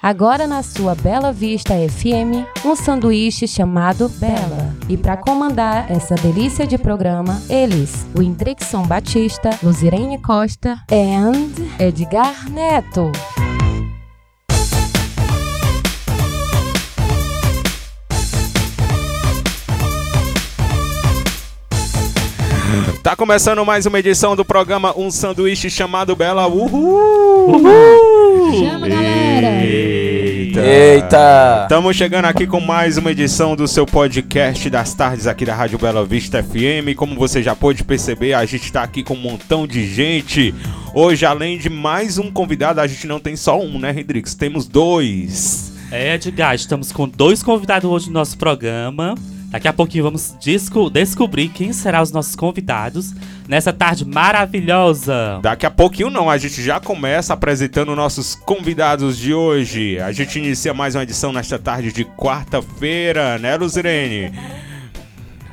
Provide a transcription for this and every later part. Agora na sua Bela Vista FM, um sanduíche chamado Bela. E para comandar essa delícia de programa, eles, o Indrixon Batista, Luzirene Costa e Edgar Neto. Tá começando mais uma edição do programa Um Sanduíche chamado Bela. Uhul! Chama, galera! Eita! Eita! Estamos chegando aqui com mais uma edição do seu podcast das tardes aqui da Rádio Bela Vista FM. Como você já pôde perceber, a gente está aqui com um montão de gente. Hoje, além de mais um convidado, a gente não tem só um, né, Hendrix? Temos dois. É, Edgar, estamos com dois convidados hoje no nosso programa. Daqui a pouquinho vamos disco- descobrir quem serão os nossos convidados nessa tarde maravilhosa. Daqui a pouquinho não, a gente já começa apresentando nossos convidados de hoje. A gente inicia mais uma edição nesta tarde de quarta-feira, né, Luzirene?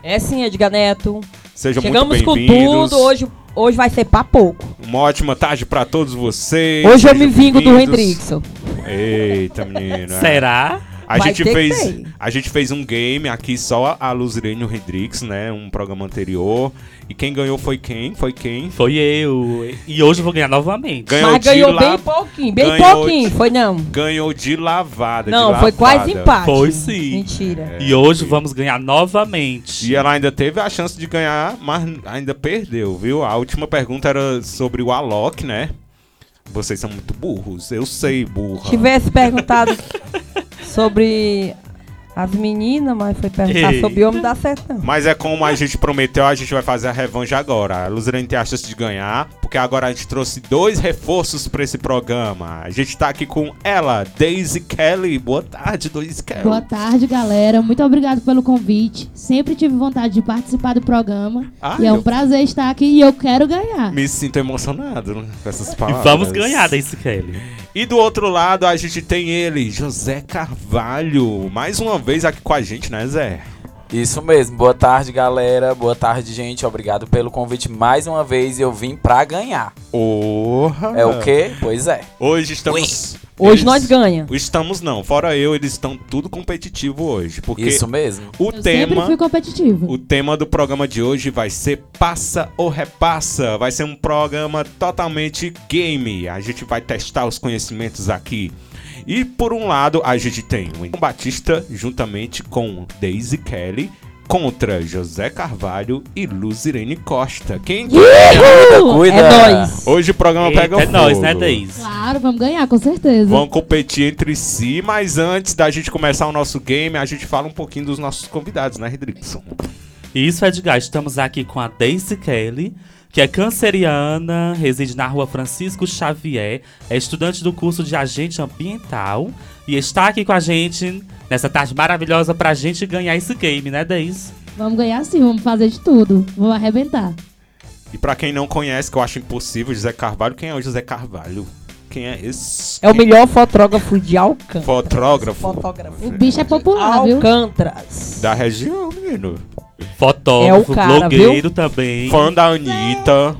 É sim, Edgar Neto. Sejam Chegamos muito com bem-vindos. tudo. Hoje, hoje vai ser pra pouco. Uma ótima tarde pra todos vocês. Hoje eu me Sejam vingo do bem-vindos. Hendrickson. Eita, menina. Será? A Vai gente, ter que fez, ter. a gente fez um game aqui só a Luzirene e o Hendrix, né? Um programa anterior. E quem ganhou foi quem? Foi quem? Foi eu. E hoje eu vou ganhar novamente. Ganhou Mas de ganhou lá- bem pouquinho, bem ganhou pouquinho. de- Foi não. Ganhou de lavada. de Não, lavada. foi quase empate. Foi sim. É. Mentira. E hoje vamos ganhar novamente. E é ela ainda teve a chance de ganhar, mas ainda perdeu, viu? A última pergunta era sobre o Alok, né? Vocês são muito burros. Eu sei, burra. Tivesse perguntado sobre as meninas, mas foi perguntar Eita. sobre homem, dá certo não. Mas é como a gente prometeu, a gente vai fazer a revanche agora. A Luzirene tem a chance de ganhar, porque agora a gente trouxe dois reforços pra esse programa. A gente tá aqui com ela, Daisy Kelly. Boa tarde, Daisy Kelly. Boa tarde, galera. Muito obrigado pelo convite. Sempre tive vontade de participar do programa. Ah, e é um eu- prazer estar aqui e eu quero ganhar. Me sinto emocionado com essas E palavras. vamos ganhar, Daisy Kelly. E do outro lado a gente tem ele, José Carvalho. Mais uma vez aqui com a gente, né, Zé? Isso mesmo. Boa tarde, galera. Boa tarde, gente. Obrigado pelo convite mais uma vez. Eu vim pra ganhar. Porra! É o quê? Pois é. Hoje estamos. Hoje eles- nós ganha. Estamos não, fora eu, eles estão tudo competitivo hoje. Porque Isso mesmo. o eu sempre tema. fui competitivo. O tema do programa de hoje vai ser Passa ou Repassa. Vai ser um programa totalmente game. A gente vai testar os conhecimentos aqui. E por um lado, a gente tem o Henrique Batista juntamente com Daisy Kelly contra José Carvalho e Luzirene Costa. Quem Uh, Cuida. É nóis. Hoje o programa Eita, pega é fogo. nóis, né, Daisy? Claro, vamos ganhar, com certeza. Vão competir entre si, mas antes da gente começar o nosso game, a gente fala um pouquinho dos nossos convidados, né, Redrickson? Isso, Edgar. Estamos aqui com a Daisy Kelly, que é canceriana, reside na rua Francisco Xavier, é estudante do curso de agente ambiental e está aqui com a gente nessa tarde maravilhosa pra gente ganhar esse game, né, Daisy? Vamos ganhar sim, vamos fazer de tudo. Vamos arrebentar. E pra quem não conhece, que eu acho impossível, José Carvalho, quem é o José Carvalho? Quem é esse? É o melhor fotógrafo de Alcântara. Fotógrafo. Fotógrafo. O bicho é popular, viu? Alcântaras. Da região, menino. Fotógrafo, É o cara, blogueiro também. Fã da Anitta.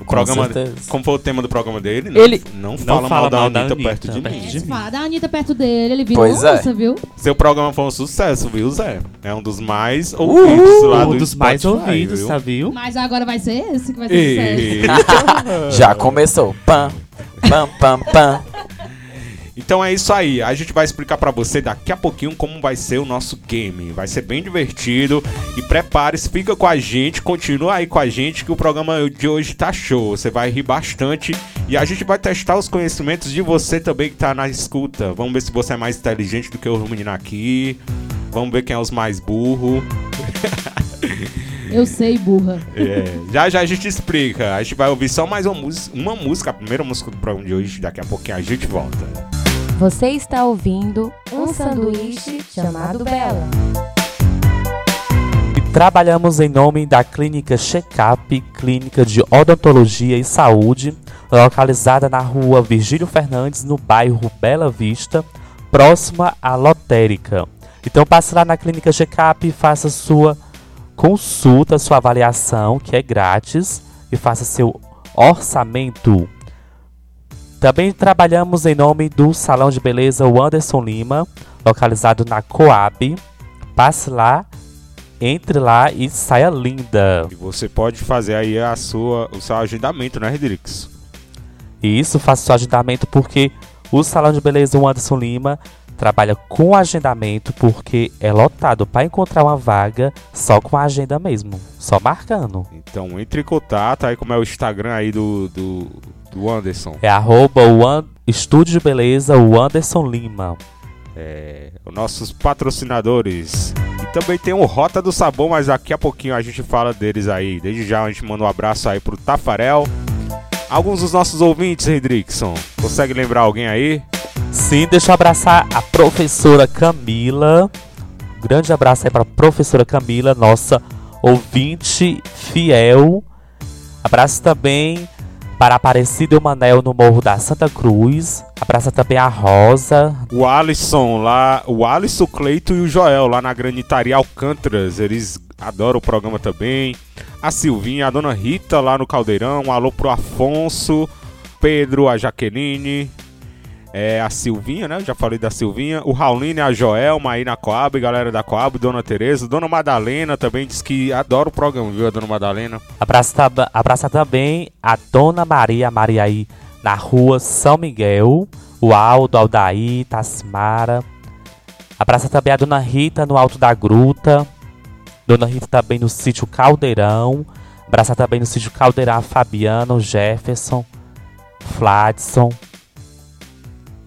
O programa. certeza. Como foi o tema do programa dele? Ele- Não, não Não fala, mal da Anitta, perto de Anitta, mim. perto É, de se mim. falar da Anitta perto dele, ele virou Pois é. onça, viu? Seu programa foi um sucesso, viu, Zé? É um dos mais ouvidos lá do Um dos mais Spotify, ouvidos, viu? tá viu? Mas agora vai ser esse que vai ser sucesso. Eita. Já começou. Pam, pam, pam, pam. Então é isso aí. A gente vai explicar pra você daqui a pouquinho como vai ser o nosso game. Vai ser bem divertido e prepare-se, fica com a gente, continua aí com a gente que o programa de hoje tá show. Você vai rir bastante e a gente vai testar os conhecimentos de você também que tá na escuta. Vamos ver se você é mais inteligente do que o menino aqui. Vamos ver quem é os mais burro. Eu sei, burra. É, já já a gente explica. A gente vai ouvir só mais uma, mus- uma música, a primeira música do programa de hoje. Daqui a pouquinho a gente volta. Você está ouvindo um sanduíche chamado Bela. E trabalhamos em nome da Clínica Checkup, Clínica de Odontologia e Saúde, localizada na rua Virgílio Fernandes, no bairro Bela Vista, próxima à lotérica. Então passe lá na Clínica Checkup e faça sua consulta, sua avaliação, que é grátis, e faça seu orçamento. Também trabalhamos em nome do Salão de Beleza Wanderson Lima, localizado na Coab. Passe lá, entre lá e saia linda. E você pode fazer aí a sua, o seu agendamento, né, Redrix? E isso faça seu agendamento porque o Salão de Beleza Wanderson Lima trabalha com agendamento porque é lotado para encontrar uma vaga só com a agenda mesmo, só marcando. Então entre em contato aí como é o Instagram aí do, do, do Anderson. É arroba o An- Estúdio Beleza o Anderson Lima. É, os nossos patrocinadores. E também tem o Rota do Sabor, mas daqui a pouquinho a gente fala deles aí. Desde já a gente manda um abraço aí pro Tafarel. Alguns dos nossos ouvintes, Redrickson. Consegue lembrar alguém aí? Sim, deixa eu abraçar a professora Camila. Grande abraço aí para professora Camila, nossa ouvinte fiel. Abraço também para Aparecida e o Manel no Morro da Santa Cruz. Abraça também a Rosa. O Alisson lá, o Alisson, o Cleito e o Joel lá na Granitaria Alcântaras, eles adoram o programa também. A Silvinha, a Dona Rita lá no Caldeirão, um alô pro Afonso, Pedro, a Jaqueline, é, a Silvinha, né? Eu já falei da Silvinha. O Raulino e a Joelma aí na Coab, galera da Coab, Dona Tereza, Dona Madalena também diz que adora o programa, viu, a Dona Madalena? Abraça, tab- abraça também a Dona Maria, a Maria aí na rua São Miguel. O Aldo, Aldaí, Tasmara. Abraça também a Dona Rita no Alto da Gruta. Dona Rita também no sítio Caldeirão. Abraça também no sítio Caldeirão a Fabiana, o Jefferson, Fladson.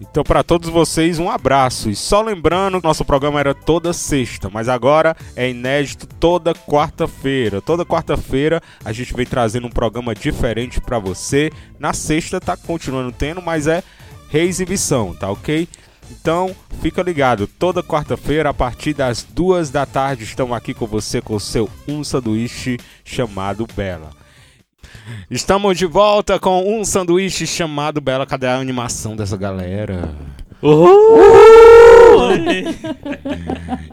Então, para todos vocês, um abraço. E só lembrando, nosso programa era toda sexta, mas agora é inédito toda quarta-feira. Toda quarta-feira a gente vem trazendo um programa diferente para você. Na sexta tá continuando tendo, mas é reexibição, tá ok? Então, fica ligado. Toda quarta-feira, a partir das duas da tarde, estamos aqui com você com o seu Um Sanduíche chamado Bela. Estamos de volta com um sanduíche chamado Bela. Cadê a animação dessa galera?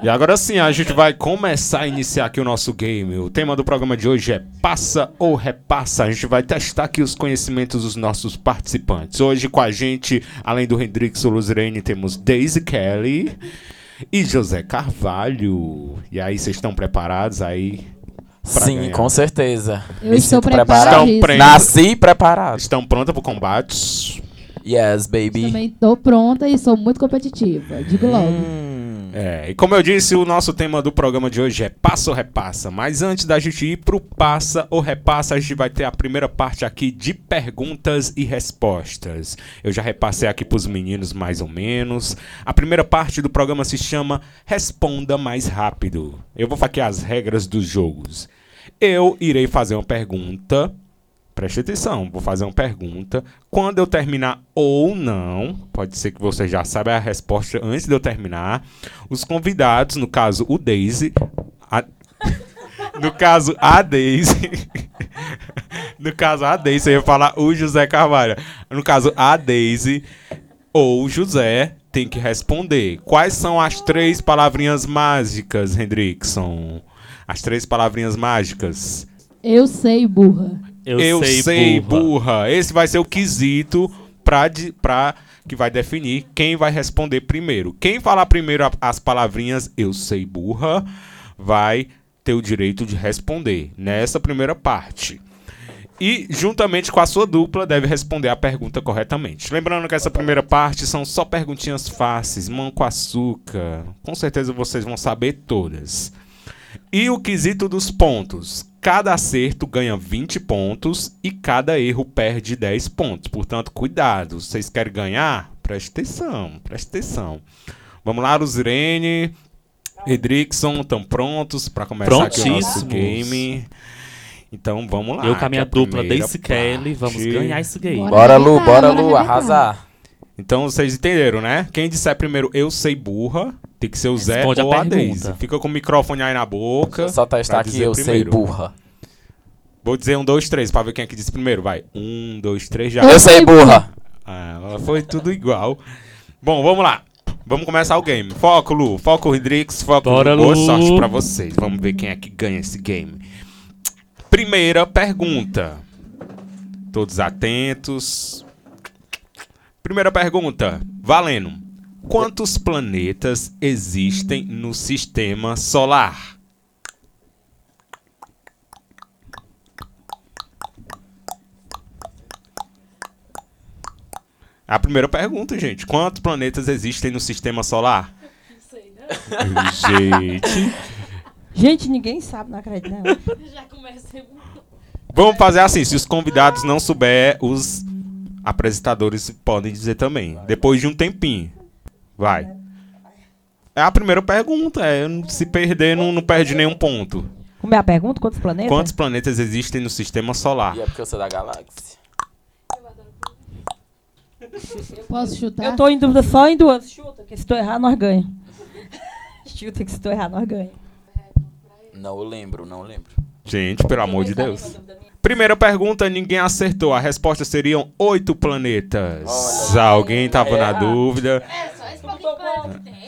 E agora sim, a gente vai começar a iniciar aqui o nosso game. O tema do programa de hoje é Passa ou Repassa. A gente vai testar aqui os conhecimentos dos nossos participantes. Hoje com a gente, além do Hendrix Luzirene, temos Daisy Kelly e José Carvalho. E aí, vocês estão preparados aí? pra Sim, ganhar. com certeza. Eu Me estou sinto preparado. preparadíssima. Estão Nasci preparado. Estão prontas para o combate? Yes, baby. Também tô pronta e sou muito competitiva. Digo logo. Hum, É, e como eu disse, o nosso tema do programa de hoje é Passa ou Repassa. Mas antes da gente ir pro Passa ou Repassa, a gente vai ter a primeira parte aqui de perguntas e respostas. Eu já repassei aqui pros meninos mais ou menos. A primeira parte do programa se chama Responda Mais Rápido. Eu vou faquear as regras dos jogos. Eu irei fazer uma pergunta. Preste atenção, vou fazer uma pergunta. Quando eu terminar ou não, pode ser que você já saiba a resposta antes de eu terminar. Os convidados, no caso o Daisy. a- no caso a Daisy. no caso a Daisy, eu ia falar o José Carvalho. No caso a Daisy ou o José tem que responder. Quais são as três palavrinhas mágicas, Hendrickson? As três palavrinhas mágicas. Eu sei, burra. Eu, sei, burra. Esse vai ser o quesito pra, de- pra- que vai definir quem vai responder primeiro. Quem falar primeiro a- as palavrinhas eu sei burra vai ter o direito de responder nessa primeira parte. E, juntamente com a sua dupla, deve responder a pergunta corretamente. Lembrando que essa primeira parte são só perguntinhas fáceis, mão com açúcar. Com certeza vocês vão saber todas. E o quesito dos pontos. Cada acerto ganha 20 pontos e cada erro perde 10 pontos. Portanto, cuidado. Vocês querem ganhar? Preste atenção, preste atenção. Vamos lá, Luzirene, Edrickson, estão prontos para começar aqui o nosso Prontíssimos. game? Então vamos lá. Eu com a minha que é dupla primeira Daisy Kelly, vamos parte. ganhar isso game. Bora. Bora, Lu, bora, Bora Lu, arrebentar. arrasar. Então vocês entenderam, né? Quem disser primeiro eu sei burra, tem que ser o Zé Responde a ou a, pergunta. Daisy. Fica com o microfone aí na boca. Só testar pra aqui, dizer eu primeiro. sei burra. Vou dizer um, dois, três, pra ver quem é que disse primeiro. Vai. Um, dois, três, já. Eu Eu sei sei burra. Ah, foi tudo igual. Bom, vamos lá. Vamos começar o game. Foco, Lu. Foco, Rodrigues. Foco, Bora, Boa Lu. sorte pra vocês. Vamos ver quem é que ganha esse game. Primeira pergunta. Todos atentos. Primeira pergunta, valendo. Quantos planetas existem no sistema solar? A primeira pergunta, gente. Quantos planetas existem no sistema solar? Não sei, não. Gente. Gente, ninguém sabe, não acredito. né? Não. Já comecei. Vamos fazer assim, se os convidados não souber, os apresentadores podem dizer também. Depois de um tempinho. Vai. É a primeira pergunta, é, se perder não, não perde nenhum ponto. Como é a pergunta? Quantos planetas? Quantos planetas existem no sistema solar? E é porque eu sou da galáxia. Posso chutar? Eu tô em dúvida só em duas. Chuta, que se tu errar, nós ganhamos. Chuta, que se tu errar, nós ganhamos. Não lembro, não lembro. Gente, pelo amor de Deus. Primeira pergunta, ninguém acertou. A resposta seriam oito planetas. Alguém tava na dúvida. É só esse pouquinho de coisa que tem.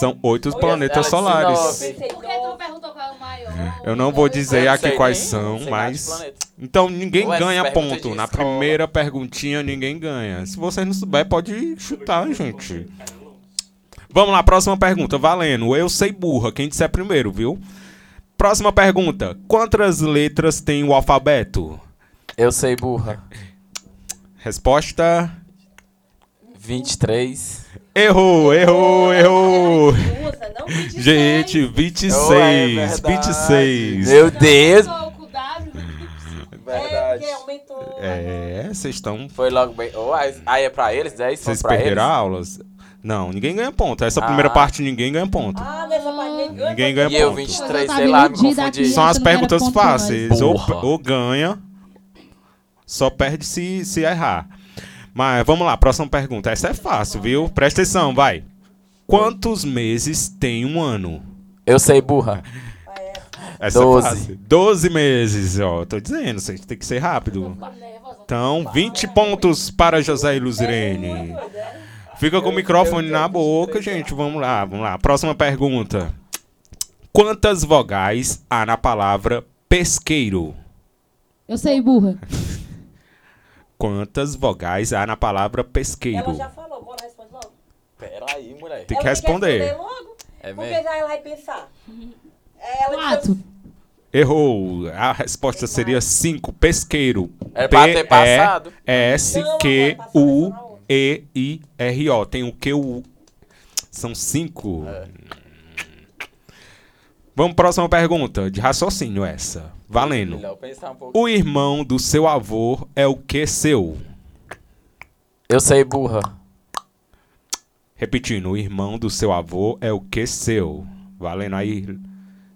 São oito ela planetas disse solares. nove. Porque tu perguntou qual é o maior. Eu não vou dizer Eu não aqui sei quais nem, são, sei lá de mas. planeta. Então ninguém Ué, ganha pergunta ponto. de Na escola. primeira perguntinha, ninguém ganha. Se vocês não souber, pode chutar, gente. Vamos lá, próxima pergunta. Valendo. Eu sei burra, quem disser primeiro, viu? Próxima pergunta. Quantas letras tem o alfabeto? Eu sei, burra. Resposta. 23. Errou, errou, errou. Usa, não 26. Gente, 26. Oh, é verdade. 26. Meu Deus. Só o W. Verdade. um aumentou. É, vocês estão. Foi logo bem. Oh, aí aí é pra eles? 10 Vocês pontos pra eles? perderam aulas? Não, ninguém ganha ponto. Essa Ah. primeira parte ninguém ganha ponto. Ah, nessa parte ninguém Ninguém ganha E eu, ponto. 23, Eu sei lá, tava me iludida confundi. aqui. São Criança as não quero perguntas ponto fáceis. Ou, Porra. ou ganha, só perde se, se errar. Mas vamos lá, próxima pergunta. Essa é fácil, viu? Presta atenção, vai. Quantos meses tem um ano? Eu sei, burra. Essa Doze. é fácil. 12 meses, ó. Tô dizendo, vocês tem que ser rápido. Então, 20 pontos para José e Luzirene. Fica com o microfone na boca, gente. Vamos lá, vamos lá. Próxima pergunta. Quantas vogais há na palavra pesqueiro? Eu sei, burra. Quantas vogais há na palavra pesqueiro? falou, bora responder logo. Pera aí, moleque. Tem que responder. logo, É mesmo? já ela vai pensar. Ela Quatro. Errou. A resposta seria 5. Pesqueiro. É pra ter passado. P-E-S-Q-U-E-I-R-O. Tem o Q, o U. São cinco. É. Vamos para próxima pergunta. De raciocínio essa. Valendo. Melhor pensar um pouco. O irmão do seu avô é o que seu? Eu sei, burra. Repetindo, o irmão do seu avô é o que seu? Valendo aí,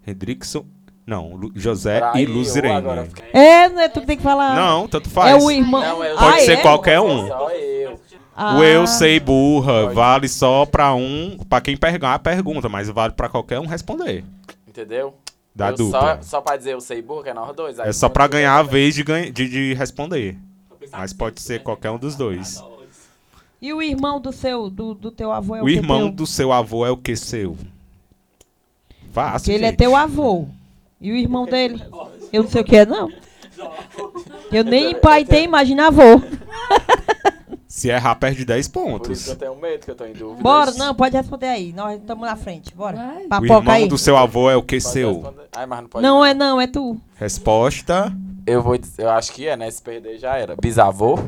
Hendrickson. Não, Lu- José Pera aí, e eu Luzirene. agora fiquei- É, né? Tu tem que falar. Não, tanto faz. É o irmão. Não, eu- Pode Ah, ser é? qualquer um. Só eu. O Ah, eu sei burra vale só pra um, pra quem pegar a pergunta, mas vale pra qualquer um responder. Entendeu? Da eu dupla. Só, só pra dizer eu sei burra, é nós dois. aí É só pra quando tiver- ganhar a vez de, ganha- de, de responder. Mas pode ser qualquer um dos dois. E o irmão do seu, do, do teu avô é o, O que irmão teu? do seu avô é o que seu? Fácil, Porque ele é gente. teu avô. E o irmão dele? Eu não sei o que é, não. Eu nem pai tem, imagina avô. Se errar, perde 10 Por isso pontos. que eu tenho medo, que eu tô em dúvida. Bora, não, pode responder aí. Nós estamos na frente, bora. Vai. O Papoca Ah, aí. irmão do seu avô é o que seu? responder? Ai, mas não pode. Não é não, é tu. Resposta: Eu vou dizer, eu acho que é, né? Se perder já era. Bisavô?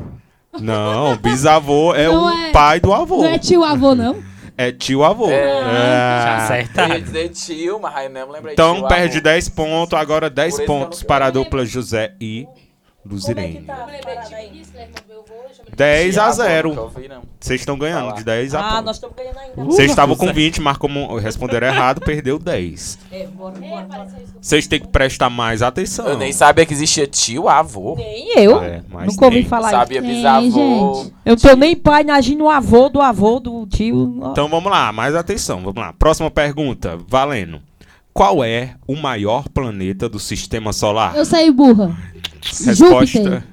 Não, bisavô é Não o é- pai do avô. Não é tio avô, não? É tio avô. É. Eu ia Acertado. dizer tio, mas aí não lembrei de Então tio, perde avô. 10 pontos, agora 10 Por isso que eu pontos não- para a dupla José e é Luzirene. tá? Eu lembrei de mim, Ah, isso, né? Meu avô, chama ele- 10 a Tio, avô, nunca 0. ouvi, não. Vocês estão ganhando de 10 a Ah, ponto. nós estamos ganhando ainda. Vocês estavam com 20, marcou, um- responderam errado, perdeu 10. É, bora, bora, bora. Vocês têm que prestar mais atenção. Eu nem sabia que existia tio, avô. Nem eu. É, mas Nunca ouvi tem. falar isso. Sabia Tem, bisavô. gente. Eu não tô nem pai, imagina o avô do avô do tio. Então vamos lá, mais atenção, vamos lá. Próxima pergunta, valendo. Qual é o maior planeta do sistema solar? Eu sei, burra. Resposta: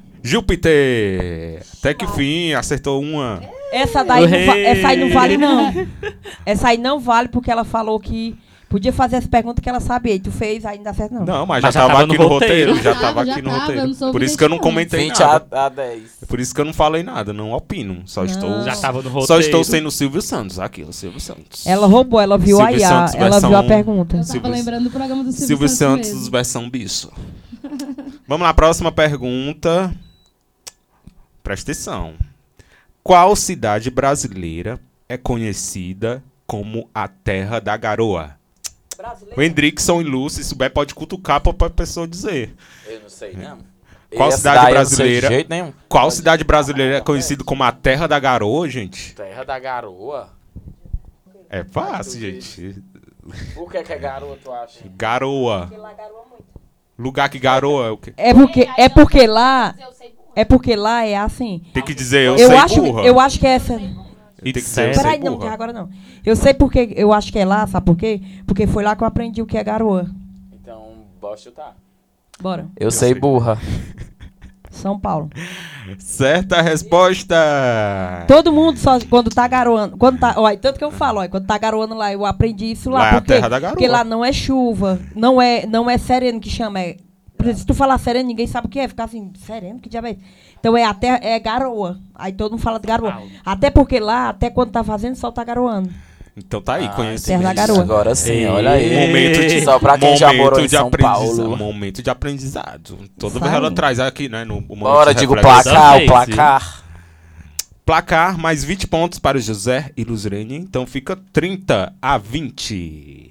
Júpiter. Até que fim, acertou uma. Essa daí não, va- Ué. essa aí não vale, não. Essa aí não vale porque ela falou que Podia fazer as perguntas que ela sabia. E tu fez, aí não dá certo, não. Não, mas, Mas já, tava, aqui no roteiro. Já tava Já aqui no tava, eu não roteiro. sou Por isso que eu não obrigada. comentei 20 nada. a, a 10. Por isso que eu não falei nada, não opino. Só estou. Já tava no roteiro. Só estou sendo o Silvio Santos, aqui, o Silvio Santos. Ela roubou, ela viu a Silvio IA, Santos, um- ela versão- viu a pergunta. Eu Silvio- tava lembrando do programa do Silvio, Silvio, Santos, mesmo. versão bicho. Vamos lá, próxima pergunta. Presta atenção. Qual cidade brasileira é conhecida como a Terra da Garoa? O Hendrickson e Lúcio, se souber, pode cutucar pra, pra pessoa dizer. Eu não sei, não. Qual Essa cidade daí eu não sei brasileira? de jeito nenhum. Qual cidade brasileira né? é conhecida como a Terra da Garoa, gente? Terra da Garoa? É fácil, gente. Por que, que é garoa, tu acha? Garoa. Lugar que garoa é o quê? É porque, é porque lá. Eu sei burra. É porque lá é assim. Tem que dizer eu, Eu, sei acho, burra. eu acho que é essa. Tem que dizer eu Etc. sei Peraí, não, que burra. agora não. Eu sei porque, eu acho que é lá, sabe por quê? Porque foi lá que eu aprendi o que é garoa. Então, bora chutar. Bora. Eu, sei, burra. São Paulo. Certa resposta. Todo mundo só quando tá garoando. Quando tá, olha, tanto que eu falo, olha, quando tá garoando lá, eu aprendi isso lá. Lá é a porque, terra da garoa. porque lá não é chuva, não é, não é sereno que chama. É, por exemplo, se tu falar sereno, ninguém sabe o que é. Ficar assim, sereno, que diabo é isso? Então é a terra, é garoa. Aí todo mundo fala de garoa. Até porque lá, até quando tá fazendo, sol tá garoando. Então tá aí, Ah, conhecimento. Terra da Garoa. Agora sim, Ei. olha aí. Momento de, Só pra quem já momento morou em de São aprendiza- Paulo. Momento de aprendizado. Toda Isso vez ela aí. traz aqui, né? No, o momento Bora, de digo Já reflexão. placar, o fez, placar. Placar, mais 20 pontos para o José e Luzirene. Então fica 30 a 20.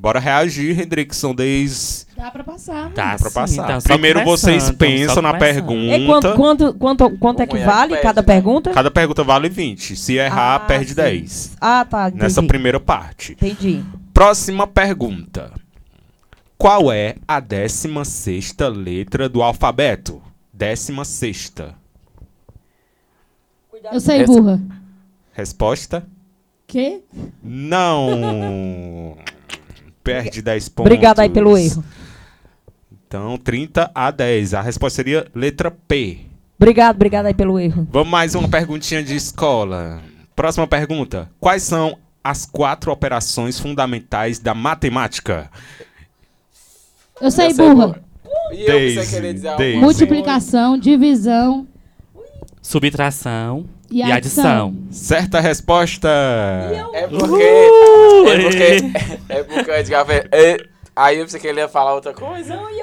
Bora reagir, Hendrickson, desde... Dá pra passar. Tá, pra sim, passar. então, só Primeiro começando, vocês então, só pensam na começando. pergunta. E É quanto, quanto, quanto, quanto é que Mulher vale perde, cada né? pergunta? Cada pergunta vale 20. Se errar, Ah, perde sim. 10. Ah, tá. Entendi. Nessa primeira parte. Entendi. Próxima pergunta. Qual é a 16 letra do alfabeto? 16. Eu sei, Essa- burra. Resposta? Quê? Não. Perde 10 pontos. Obrigada aí pelo erro. Então, 30 a 10. A resposta seria letra P. Obrigado, obrigado aí pelo erro. Vamos mais uma perguntinha de escola. Próxima pergunta. Quais são as quatro operações fundamentais da matemática? Eu sei, Eu sei, burra. burra. E eu que Daisy, você queria dizer Daisy. alguma Multiplicação, divisão Subtração e, e adição. Certa resposta. É porque. É porque. É porque o Edgar fez. "É", Aí eu pensei que ele ia falar outra coisa. Não. que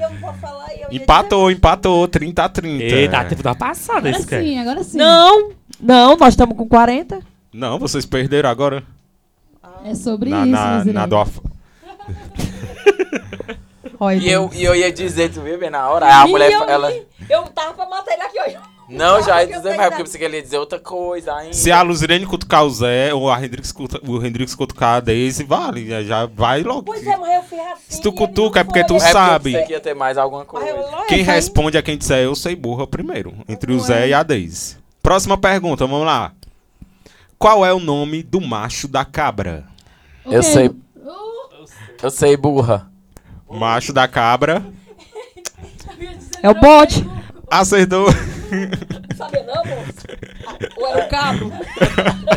eu não posso falar e eu Empatou, empatou. 30 a 30. Eita, dá tempo de uma passada Agora esse é. cara. sim, agora assim. sim. Não, não, nós estamos com 40. Não, vocês perderam agora. É sobre Na, isso, na, Luzirene. na do alfa- Olha, E eu, e eu ia dizer, tu viu bem na hora? Aí a mulher. eu, Ela, eu tava pra matar ele aqui hoje. não, já ia Eu dizer, sei mas é nada. porque eu pensei que ele ia dizer outra coisa ainda. É Se a Luzirene cutucar o Zé ou a Hendrix cutu- o Hendrix cutucar a Daisy, vale. já- Já vai logo. mas eu fiz assim. Se tu cutuca, é porque tu é porque sabe. Eu pensei que ia ter mais alguma coisa. Quem responde é quem disser eu sei burra primeiro. Entre o Zé é. e a Daisy. Próxima pergunta, vamos lá. Qual é o nome do macho da cabra? Ok. Eu sei. Eu sei, burra. Macho da cabra. É o bode. Acertou. Sabia não, moço? Ou era É o cabo?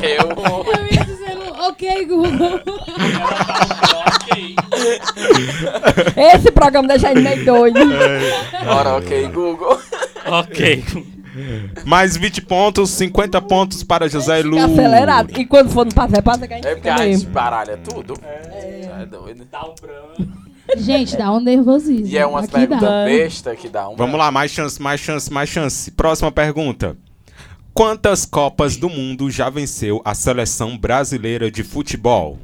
Eu. Eu ia dizendo, ok, Google. Esse programa deixa ele meio doido. É Ora, ok, Google. Ok. Mais 20 pontos, 50 pontos para José Lu. Fica acelerado. E quando for no passo, é passo, que a gente É porque fica a gente mesmo. baralha tudo. É, é doido. Gente, dá um nervosismo. E é umas Aqui perguntas dá. besta que dá um. Vamos lá, mais chance, mais chance, mais chance. Próxima pergunta. Quantas Copas do Mundo já venceu a seleção brasileira de futebol?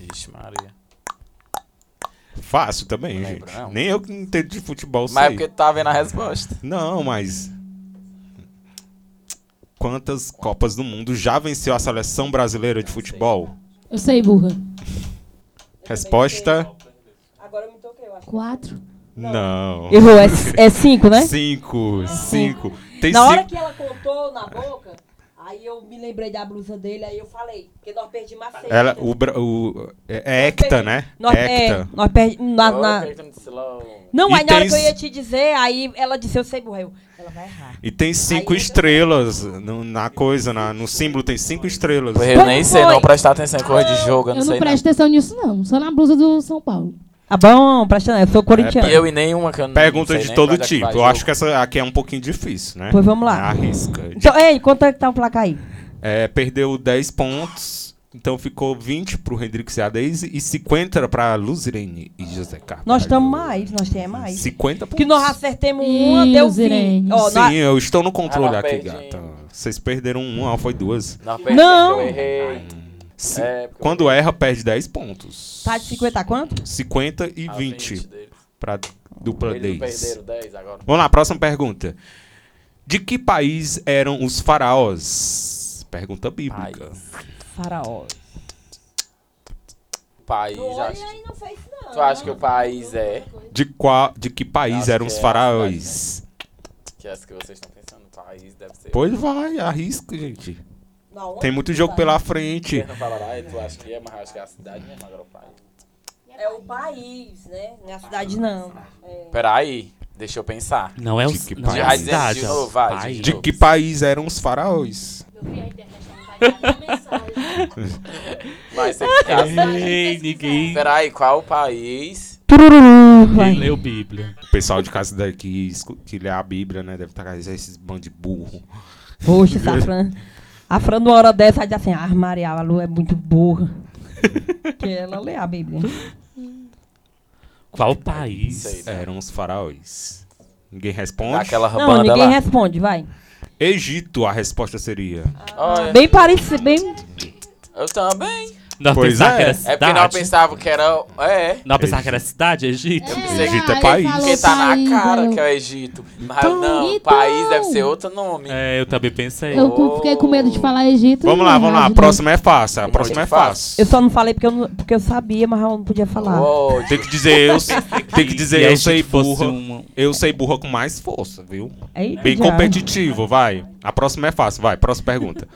Ixi, Maria. Fácil também, Não gente. lembro, não. Nem eu que não entendo de futebol Mas é sei. porque tu tá vendo a resposta. Não, mas. Quantas Copas do Mundo já venceu a seleção brasileira de futebol? Eu sei, burra. Resposta: Quatro. não. Errou, é, é cinco, né? Cinco. Cinco. Tem Na hora cinco. que ela contou na boca, Aí eu me lembrei da blusa dele, aí eu falei, porque nós perdemos a sexta. Ela, o, bra- o- é, é Hecta, né? Nós, é, Hecta. nós perdemos. Na, na- Não, E aí na hora tem que eu s- ia te dizer, aí ela disse, eu sei, morreu. Ela vai errar. E tem cinco Aí eu- estrelas no- na coisa, na- no símbolo tem cinco estrelas. Eu nem sei, foi? é, não prestar atenção em cor de jogo, eu Eu não não, sei. presto atenção nisso, não. Só na blusa do São Paulo. Tá bom, presta atenção, eu sou não. corintiano. E É, eu e nenhuma que eu não Pergunta sei de nem todo qual é que tipo. vai Eu jogo. acho que essa aqui é um pouquinho difícil, né? Pois vamos lá. Arrisca. Então, ei, quanto é que tá o placar aí? É, perdeu 10 pontos, então ficou 20 pro Hendrix e a Daisy e 50 pra Luzirene e José Carvalho. Nós estamos mais, nós temos mais. 50 pontos. Que nós acertemos Ih, uma, deu fim. Zirene. Ó, Sim, nós- eu estou no controle Ah, não, aqui, perdi. gata. Vocês perderam um, uma, foi duas. Não, perdi, Não. eu errei. Se- É, porque eu- Quando erra, perde 10 pontos. Tá de 50 quanto? 50 e Ah, 20 deles. pra dupla Eles não Daisy. perderam 10 agora. Vamos lá, próxima pergunta. De que país eram os faraós? Pergunta bíblica. Faraó. O país, acho... aí não fez não. tu acha que o país é... De, qual, de que país Acho eram que os é a faraós? Que é essa que vocês estão pensando, o país deve ser... Pois vai, arrisca, gente. Tem muito jogo tá? pela frente. Você não falará, e tu acha que é, mas eu acho que é a cidade mesmo, agora o país. É o país, né? Não é a cidade, não. É. Peraí, deixa eu pensar. Não é o De que não é a país? cidade. De ó. novo, vai, de País. De que país eram os faraós? Meu filho, a internet não vai dar uma mensagem. Mas tem que ficar assim. Ei, ninguém ninguém Peraí, qual o país? leu Bíblia. O pessoal de casa daqui escu- que lê a Bíblia, né? Deve estar com esses bandos de burro. Poxa, essa Fran. A Fran, numa hora dessa, vai dizer assim: Ah, Maria, a Lu é muito burra. Porque ela lê a Bíblia. Qual Sei. país? Eram os faraós. Ninguém responde. Daquela Não, banda ninguém lá. responde, vai. Egito, a resposta seria. Olha, Bem parecido, bem. eu também. Não Pois pensava que é. era É porque não cidade. pensava que era... É, Não pensava que era cidade, Egito. Egito é aí país. falou porque tá na país, cara eu- que é o Egito. Mas não, Então. país deve ser outro nome. É, eu também pensei. Eu cu- fiquei com medo de falar Egito. Vamos lá, vamos lá. A Rádio, próxima é fácil. A próxima é Eu fácil. só não falei porque eu, não- porque eu sabia, mas eu não podia falar. Uou, Tem que dizer, eu, tem que E dizer, aí, eu se sei fosse um- burra. uma- Eu sei burra com mais força, viu? Eita, Bem diabo. competitivo, vai. A próxima é fácil, vai. Próxima pergunta.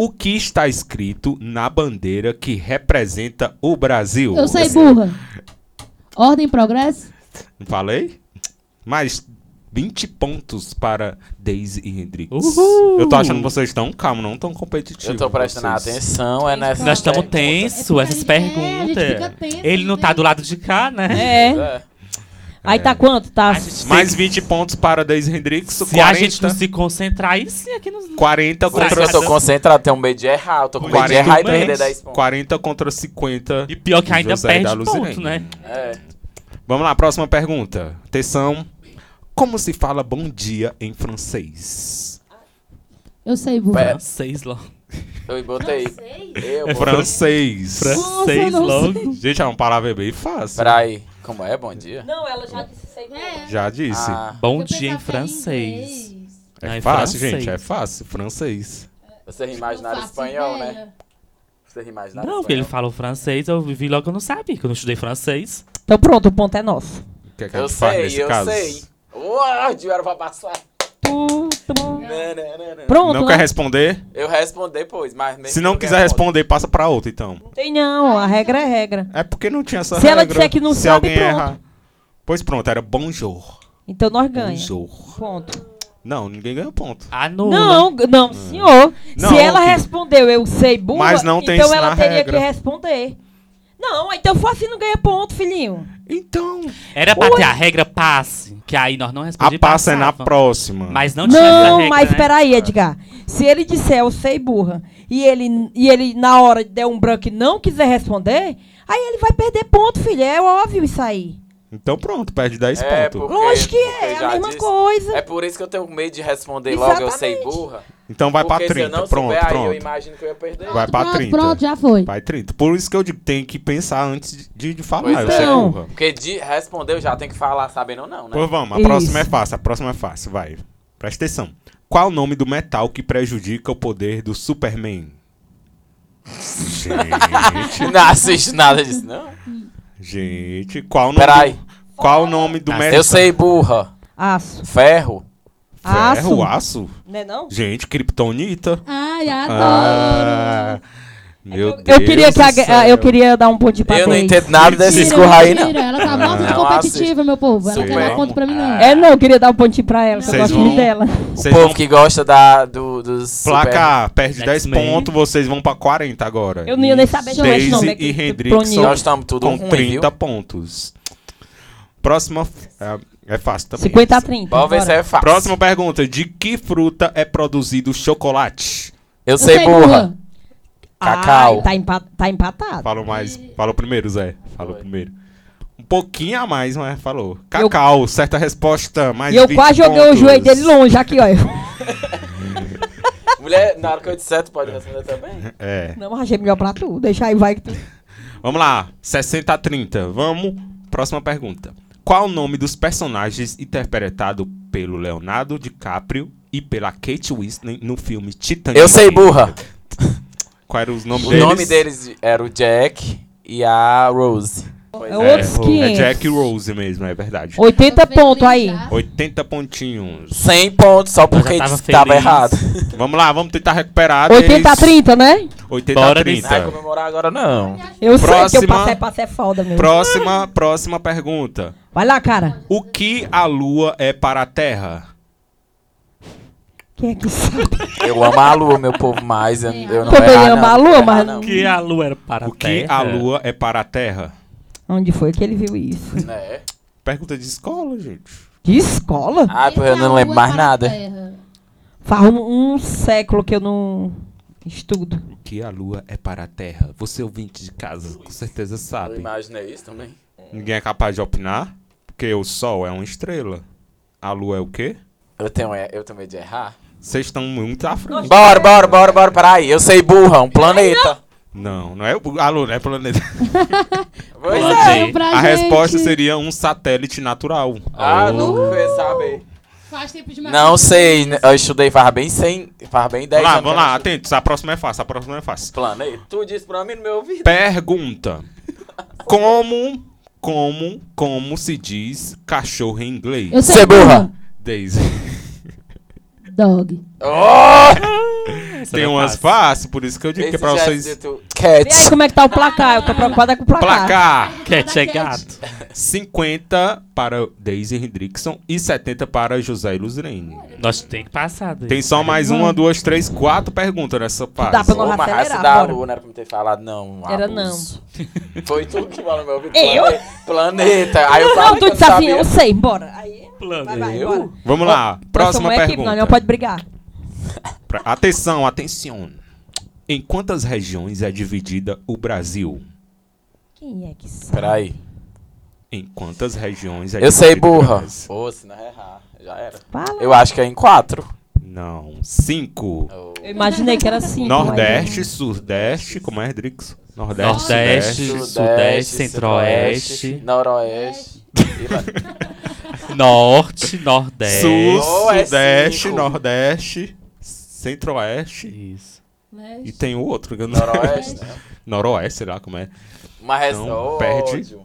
O que está escrito na bandeira que representa o Brasil? Eu sei, burra. Ordem e progresso? Não Falei? Mais 20 pontos para Daisy e Hendrix. Uhul! Eu tô achando que vocês estão calmos, não tão competitivos. Eu tô prestando vocês. atenção, é nessa. Nós estamos pergunta. tenso, É porque a essas gente- é, a gente perguntas. fica tenso, Ele não tá né? do lado de cá, né? É. É. Aí tá quanto? Tá. A gente- Mais 20 pontos para Daisy e Hendrix. Se 40, a gente não se concentrar, aí sim, aqui nos... 40 Será contra que Eu tô concentrado, tenho um medo de errar. Eu tô com medo de 40, errar e perder 10 pontos. 40 contra 50. E pior que ainda José e da perde Luzirene. ponto, né? É. Vamos lá, próxima pergunta. Atenção. Como se fala bom dia em francês? Eu sei, burra. Pera. Francês logo. Eu botei. Não sei. Eu É botei. Francês. Francês não logo. Gente, é uma palavra bem fácil. Peraí, como é? Bom dia. Não, ela já disse sei. É. Já disse. Ah, Bom Eu dia em pensava que era francês. inglês. é não, é fácil, francês. gente. É fácil. Francês. vocês imaginaram Não faço espanhol, ideia. né? Vocês imaginaram Não, porque ele espanhol. falou francês, eu vi logo que eu não sabia, que eu não estudei francês. Então pronto, o ponto é nosso. O que, é que a Eu gente faz sei, nesse eu caso? sei. Uau, dinheiro pra passar. Tu, tu. Né, né, né, né. Pronto. não né? quer responder? Eu respondo depois, mas mesmo Se não que eu quiser responda. responder, passa pra outra, então. Não tem não, a regra é regra. É porque não tinha essa Se ela regra. disser que não Se sabe, alguém pronto. errar. Pois pronto, era bonjour. Então nós ganhamos. Bonjour. Ponto. Não, ninguém ganhou ponto. Anula. Não, não, É. senhor. Não, Se ela filho. respondeu, eu sei burra, Mas não tem então isso ela na teria regra. que responder. Não, então for assim não ganha ponto, filhinho. Então. Era pra ter a regra passe, que aí nós não A respondíamos. passa é na próxima. Mas não tinha essa Não, regra, mas né? peraí, É. Edgar. Se ele disser eu sei burra e ele, e ele na hora der um branco e não quiser responder, aí ele vai perder ponto, filho. É óbvio isso aí. Então pronto, perde 10 É, pontos. porque- Lógico que porque é, é já a mesma disse. coisa. É por isso que eu tenho medo de responder logo, eu sei burra. Então vai pra porque se eu 30. não pronto, souber, aí eu pronto. imagino que eu ia perder. Vai pra pronto, 30. pronto, já foi. Vai 30. Por isso que eu digo, tem que pensar antes de, de falar. Pois eu é. sei Então. burra. Porque de responder eu já tenho que falar sabendo ou não, né? Pois vamos, a Isso. próxima é fácil, a próxima é fácil, vai. Presta atenção. Qual o nome do metal que prejudica o poder do Superman? gente, Não assiste nada disso, não. gente, qual o nome, Peraí. do, qual o nome do Ah, metal? Eu sei burra. Aço. Ferro. Ferro, Aço. aço? Não é não? Gente, Kryptonita. Ah, Ah, Ai, adoro. meu Deus. Eu queria, que do a- céu. eu queria dar um ponto de papel. Eu não entendo nada desse escorra aí, não. mentira. Ela tá morta de Não, competitiva, meu povo. Ela não quer Super. dar ponto pra mim, não. É, não, eu queria dar um pontinho pra ela, que eu Vocês gosto vão- muito dela. O Vocês povo vão que gosta da, do, dos. placar, perde 10 X-Men. pontos, vocês vão pra 40 agora. Eu não ia nem saber Isso. Daisy não, né, e que- Hendrix pro Nil. são- Nós estamos tudo com ruim, 30 viu? pontos. Próxima. É, é fácil também. 50 a 30. Vamos ver bora. se é fácil. Próxima pergunta. De que fruta é produzido o chocolate? Eu é sei, burra. Cacau. Ai, tá, empa- tá empatado. Falou mais. Falou primeiro, Zé. Falou primeiro. Um pouquinho a mais, mas falou. Cacau, certa resposta. Mais E eu 20 quase joguei o pontos. joelho dele longe aqui, ó. Mulher, na hora que eu disser, tu pode responder também? É. Não, mas achei melhor pra tu. Deixa aí, vai que tu. É Vamos lá. 60 a 30. Vamos. Próxima pergunta. Qual o nome dos personagens interpretado pelo Leonardo DiCaprio e pela Kate Winslet no filme Titanic? Eu sei, burra. Qual era os nomes O deles? nome deles era o Jack e a Rose. É outros é, 500. É Jack e Rose mesmo, é verdade. 80 pontos aí. tá. 80 pontinhos. 100 pontos só porque tava disse que tava feliz. errado. Vamos lá, vamos tentar recuperar. 80 a deles. 30, né? 80 Bora a 30. Não vai comemorar agora, não. Eu sei que Próxima. eu passei, passei é foda, meu. Próxima, próxima pergunta. Vai lá, cara. O que a lua é para a terra? Quem é que sabe? Eu amo a lua, meu povo, mas eu, eu não Também vou errar, amo não. a lua, Não vou mas- errar, não. Que a lua era para O que a lua é para a terra? Onde foi que ele viu isso? É. Pergunta de escola, gente. Que escola? Ai, Ah, porque eu Tá não lembro mais nada. Faz um, um século que eu não estudo. O que a lua é para a terra? Você ouvinte de casa, com certeza sabe. imaginei isso também. Ninguém é capaz de opinar? Porque o sol é uma estrela. A lua é o quê? Eu tenho, eu tenho medo de errar. Vocês estão muito à frente. Bora, bora, bora, bora, peraí. Eu sei, burra, um planeta. Não, não é o a lua, é planeta. Pois Pode é. ser. A resposta seria um satélite natural. Ah, nunca ia saber. Faz tempo demais. Não sei, né, eu estudei faz bem 100, faz bem 10 Vamos lá, anos. vamos lá, que eu atentos. A próxima é fácil, a próxima é fácil. não estudei. Planeta. Tu disse pra mim no meu ouvido. Pergunta: Como, como, como se diz cachorro em inglês? Eu sei, Cê é burra. Daisy. Dog. Oh! Tem umas fáceis, por isso que eu digo que é pra Esse já vocês. dito E aí, Cat. como é que tá o placar? Eu tô preocupada com o placar. Placar: Cat é gato. 50 para Daisy Hendrickson e 70 para José Luzirene. Nós tem que passar. Daisy. Tem só mais uma, duas, três, quatro perguntas nessa Dá pra fase. não Ô, mas acelerar, raça da bora. lua, não era pra me ter falado, não. Era abuso. Foi tu que falou no meu ouvido. Eu? Plane- Planeta. Aí eu Não, falei que tu eu disse assim, sabia. eu sei, bora. Aí, vai, vai, bora. Eu? Vamos lá, Nós somos próxima uma equipe, pergunta. nós é não pode brigar. Pra- Atenção, atenção. Em quantas regiões é dividida o Brasil? Quem é que sabe? Peraí. Em quantas regiões é Eu sei, dividido o burra. Brasil? Pô, se não é errar, já era. Fala. Eu acho que é em quatro. Não, cinco. Ô, Eu imaginei que era assim, cinco. é. Nordeste, Sudeste, como é, Drix? Nordeste, Nordeste, Sudeste, Sudeste, Sudeste, Centro-Oeste, Noroeste. e lá- Norte, Nordeste. Sul, Ou é Sudeste, cinco. Nordeste, Centro-Oeste Isso. e tem o outro. que eu não- Noroeste, né? Noroeste, sei lá como é. Mas res... Então, Ô, perde. ódio.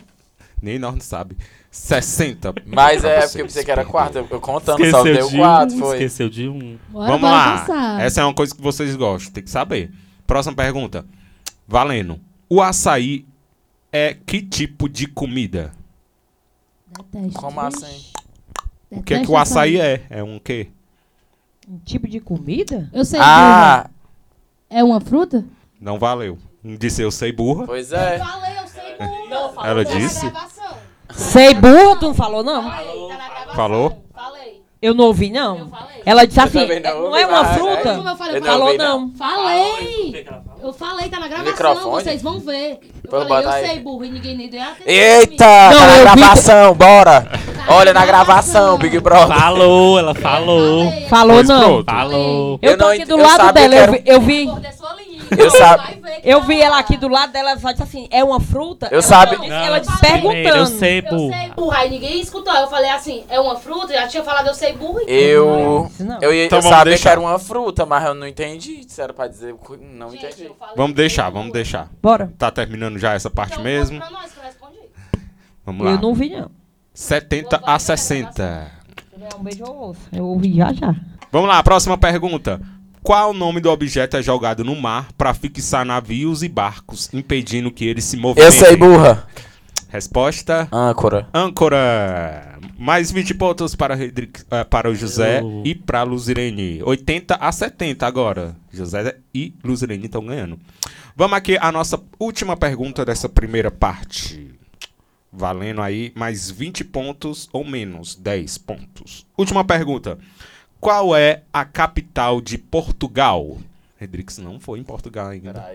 Nem nós não sabe. 60. Mas pra é vocês. porque eu pensei que era quarto. Eu eu contando só Esqueceu Tá deu de quatro, um. foi. Esqueceu de um. Bora, Vamos bora lá. passar. Essa é uma coisa que vocês gostam, tem que saber. Próxima pergunta. Valendo. O açaí é que tipo de comida? Detesto. Como assim? O que é que o açaí é? É um quê? Um tipo de comida? é? Eu sei, burra. Ah, É uma fruta? Não valeu. Disse eu sei burra. pois é. Falei, eu sei burra. Não, falei. Ela Tá na disse? gravação. Sei burro, tu não falou, não? Falei, tá na gravação. Falou? Falei, Eu não ouvi, não. eu falei. Ela disse assim, também não "É, não ouvi, é uma mas- Como fruta? eu falei, Eu eu não Falou, ouvi, não. não. falei. Eu falei, tá na gravação, Microfone? vocês vão ver. Eu Vamos falei, eu botar aí. sei, burro, e ninguém nem deu atenção. Eita, Não, tá eu na vi- gravação, bora. Olha na gravação, gravação. Big Brother. Falou, ela falou. Falei, Falou, Pois não. pronto. Falou. Eu Eu tô não aqui ent- do eu lado sabia dela, que eu era vi, eu vi, é Mordeu sua língua. Eu sabe- Vai ver que eu tá vi lá. ela aqui do lado dela, ela disse assim, é uma fruta? Eu Ela sabe- disse- Não, Ela disse disse primeiro, Eu perguntando. sei, Eu burra. sei burra. Aí ninguém escutou. Eu falei assim, é uma fruta? Já tinha falado, eu sei burra. Eu. Não. Eu, ia- Então eu vamos sabia deixar. que era uma fruta, mas eu não entendi. Se era pra dizer. Não Gente, entendi. eu falei Vamos que eu deixar, sei vamos burra. deixar. Bora. Tá terminando já essa parte Então, mesmo. conta pra nós que eu respondi. Vamos Eu lá. não vi, não. 70 a 60. Um beijo É ao osso. Eu ouvi já, já. Vamos lá, próxima pergunta. Qual nome do objeto é jogado no mar para fixar navios e barcos, impedindo que eles se Eu movimentem? sei, burra. Resposta: Âncora. âncora. Mais 20 pontos para, o Redrick- eh, para o José Eu- e para a Luzirene. 80 a 70 agora. José e Luzirene estão ganhando. Vamos aqui à nossa última pergunta dessa primeira parte. Valendo aí mais 20 pontos ou menos 10 pontos. Última pergunta. Qual é a capital de Portugal? Redrix não foi em Portugal ainda.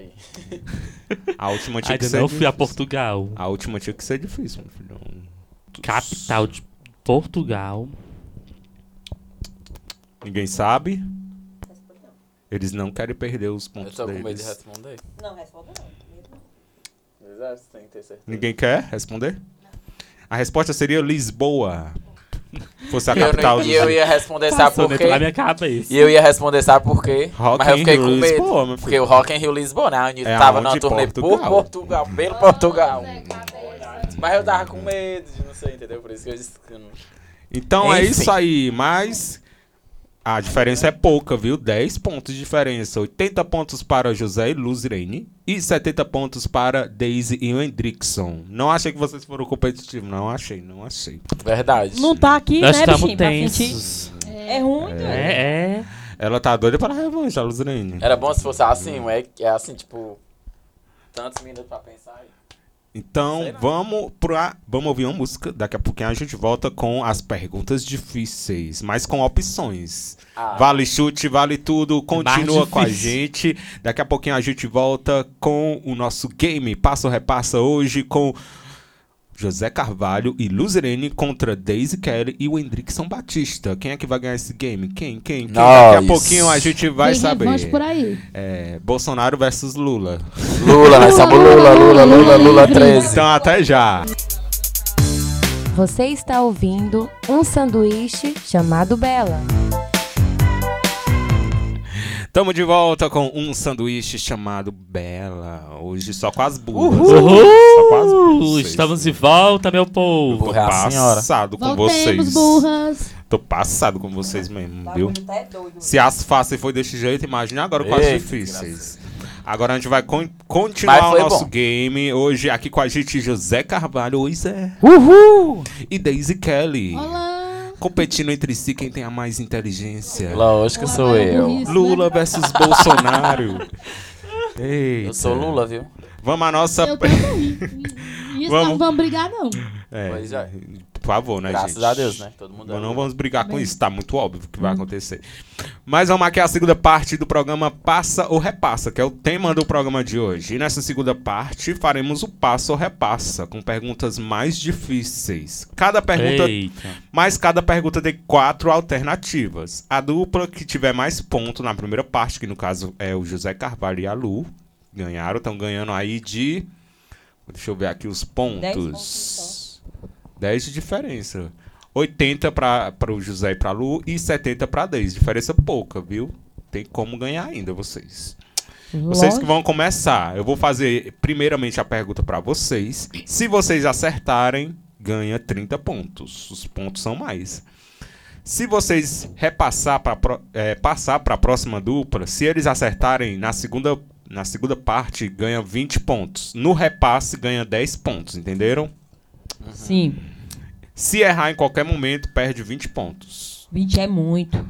A é última tinha que Ainda ser não fui a difícil. Portugal. A última tinha que ser difícil, meu filho. Capital de Portugal. Ninguém sabe. Eles não querem perder os pontos Eu tô com medo de deles. responder. Não, responda não. Exato, tem que ter certeza. Ninguém quer responder? A resposta seria Lisboa. Fosse a E eu, tá capital né? não- do e eu ia responder, sabe Passou por dentro Tá da quê? minha cabeça. E eu ia responder, sabe por quê? Rock Mas eu in fiquei Rio com medo. Lisboa, meu porque filho. o Rock in Rio Lisboa, né? A gente É tava aonde? numa turnê Portugal. por Portugal, pelo Portugal. Mas eu tava com medo de não sei, entendeu? Por isso que eu disse que eu não... Então é Enfim. isso aí, mas a diferença é pouca, viu? 10 pontos de diferença. 80 pontos para José e Luzirene e 70 pontos para Daisy e Hendrickson. Não achei que vocês foram competitivos, não achei, não achei. Verdade. Não tá aqui, Nós né, estamos bichinho? pra sentir. tensos. É ruim, doido. É, é. Ela tá doida para revanche, a Luzirene. Era bom se fosse assim, é, é assim, tipo... Tantos minutos pra pensar. Então Sei lá. vamos pra. Vamos ouvir uma música. Daqui a pouquinho a gente volta com as perguntas difíceis, mas com opções. Ah, Vale chute, vale tudo. Continua mais com a difícil. gente. Daqui a pouquinho a gente volta com o nosso game. Passa ou repassa hoje com José Carvalho e Luzerene contra Daisy Kelly e o Hendrickson Batista. Quem é que vai ganhar esse game? Quem? Quem? Quem? Daqui a Nós. pouquinho a gente vai Tem saber. revanche por aí. É, Bolsonaro versus Lula. Lula, nós somos Lula, Lula, Lula, Lula 13. Então até já. Você está ouvindo um sanduíche chamado Bela. Tamo de volta com um sanduíche chamado Bela. Hoje só com as burras. Só com as Uhul! burras. Estamos é. de volta, meu povo. Tô Burra a senhora. passado com Voltemos, vocês. burras. Tô passado com vocês mesmo, viu? tá é doido. Se as fáceis foi desse jeito, imagina agora com as Eita, difíceis. Agora a gente vai con- continuar Mas o foi nosso bom. game. Hoje aqui com a gente José Carvalho, oi Zé. Uhul! E Daisy Kelly. Olá. Competindo entre si quem tem a mais inteligência. Lógico que sou eu. Burrice, né? Lula versus Bolsonaro. Eita. Eu sou Lula, viu? Vamos à nossa. Eu também. Isso, Vamos. não vamos brigar, não. É, Pois é. Por favor, né, Graças gente? a Deus, né? Todo mundo Mas é não Lula. vamos brigar com isso, tá muito óbvio o que vai acontecer. Mas vamos aqui a segunda parte do programa Passa ou Repassa, que é o tema do programa de hoje. E nessa segunda parte faremos o Passa ou Repassa, com perguntas mais difíceis. Cada pergunta Eita. mas cada pergunta tem quatro alternativas. A dupla que tiver mais ponto na primeira parte, que no caso é o José Carvalho e a Lu, ganharam, estão ganhando aí de. Deixa eu ver aqui os pontos. pontos 10 de diferença. 80 para o José e para Lu e 70 para 10. Diferença pouca, viu? Tem como ganhar ainda vocês. Vocês que vão começar. Eu vou fazer primeiramente a pergunta pra vocês. Se vocês acertarem, ganha 30 pontos. Os pontos são mais. Se vocês repassar para passar para a próxima dupla, se eles acertarem na segunda na segunda parte, ganha 20 pontos. No repasse ganha 10 pontos, entenderam? Sim, Se errar em qualquer momento, perde 20 pontos. 20 é muito.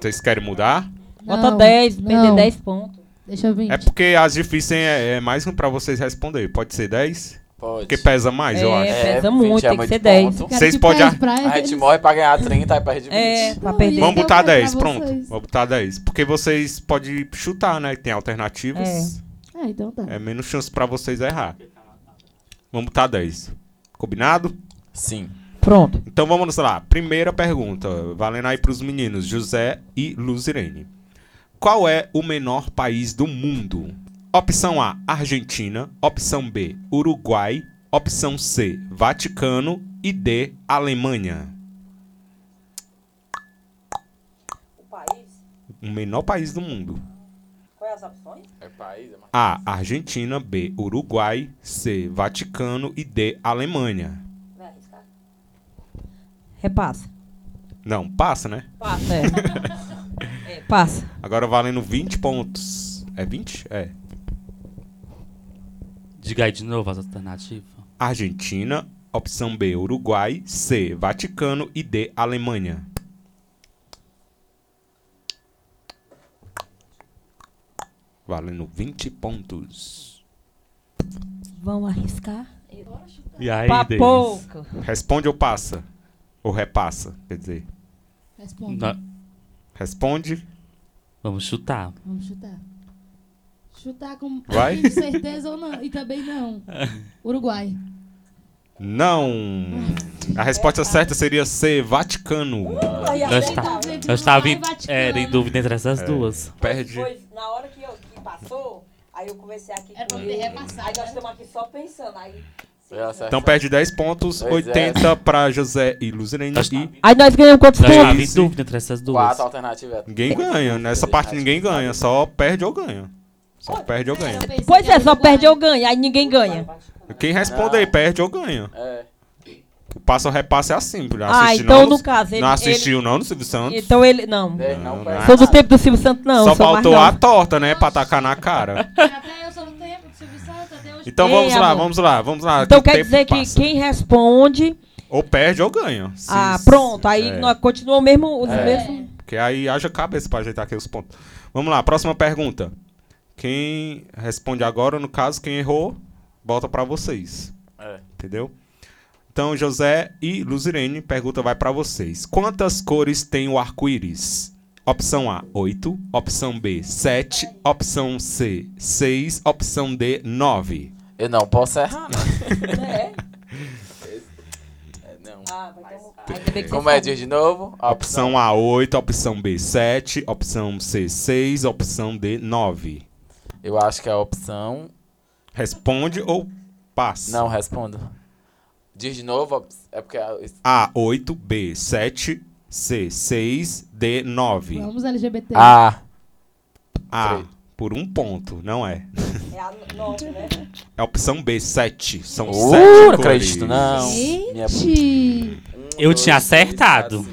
Vocês querem mudar? Bota 10, perder não. 10 pontos. Deixa eu vir. É porque as difíceis é, é mais um pra vocês responder. Pode ser 10? Pode. Porque pesa mais, eu acho. É, pesa 20 muito, é tem que ser muito 10. ponto. vocês podem- A gente morre pra ganhar 30 e perde 20. É, pra Não, perder. isso- Vamos Então, botar vai pra 10, pronto. vocês. Vamos botar 10. Porque vocês podem chutar, né? Tem alternativas. É, então tá. É, menos chance pra vocês errar. Vamos botar 10. Combinado? Sim. Pronto. Então vamos lá. Primeira pergunta, valendo aí pros meninos, José e Luzirene. Qual é o menor país do mundo? Opção A, Argentina. Opção B, Uruguai. Opção C, Vaticano. E D, Alemanha. O país? O menor país do mundo. Qual é as opções? É país, é mais... A. Argentina. B. Uruguai. C. Vaticano. E D. Alemanha. Vai arriscar. Repassa. Não, passa, né? Passa, é. é, Passa. Agora valendo 20 pontos. É 20? É. Diga aí de novo as alternativas. Argentina, opção B, Uruguai, C, Vaticano e D, Alemanha. Valendo 20 pontos. Vão arriscar? E aí, Pra Denis? pouco. Responde ou passa? Ou repassa, quer dizer. É. Responde. Na- Responde. Vamos chutar. Vamos chutar. Chutar com Vai? com certeza ou não. E também não. Uruguai. Não. A É, tá. resposta certa seria C, Vaticano. Eu estava, né? eu estava em, Então, Uruguai, Vaticano. era em dúvida entre essas É. duas. Perde. Pois, na hora que, eu, que passou, aí eu comecei aqui Era com pra ele. ter repassado, Aí nós né? estamos aqui só pensando. Aí, É, Então perde 10 pontos, Pois é. 80 pra José e Luzirene. E aí nós ganhamos quantos Eu estava em Esse- dúvida entre essas duas. Quatro alternativas. ninguém ganha. Nessa parte ninguém tá ganha. Só perde ou ganha. Só perde ou ganha. Eu pensei Pois que é, era só Uruguai. perde ou ganha. Aí ninguém ganha. Tá Quem responde aí, perde ou ganha. É. O passo ou repasse é assim. Não Ah, assiste então não, no caso, ele- Não assistiu não no Silvio Santos. Então ele. Não. Ele não Não, perde. Sou do tempo do Silvio Santos, não. Só sou mais faltou nova. a torta, né? Pra tacar na cara. Até eu sou no tempo do Silvio Santos, até hoje. Então Ei, vamos lá, amor. vamos lá, vamos lá. Então Ah, que o quer tempo dizer que passa. quem responde. Ou perde ou ganha. Se- ah, pronto. Aí é. nós continuamos o mesmo, os mesmos. Porque aí haja cabeça pra ajeitar aqui os pontos. Vamos lá, próxima pergunta. Quem responde agora, no caso, quem errou, volta pra vocês. É. Entendeu? Então, José e Luzirene, pergunta vai pra vocês. Quantas cores tem o arco-íris? Opção A, 8. Opção B, 7. Opção C, 6. Opção D, 9. Eu não posso errar, né? É. É, Não. Ah, vai ter um- ainda bem que você Como é, sabe. diz de novo? Opção A, 8. Opção B, 7. Opção C, 6. Opção D, 9. Eu acho que é a opção. Responde ou passa? Não, respondo. Diz de novo? op- É porque. a- A, 8, B, 7, C, 6, D, 9. Vamos LGBT. Ah, A, por um ponto, não é. É a nove, né? É a opção B, 7. São Uh, 7 não cores. acredito, não. minha- Um, Gente. Eu tinha acertado.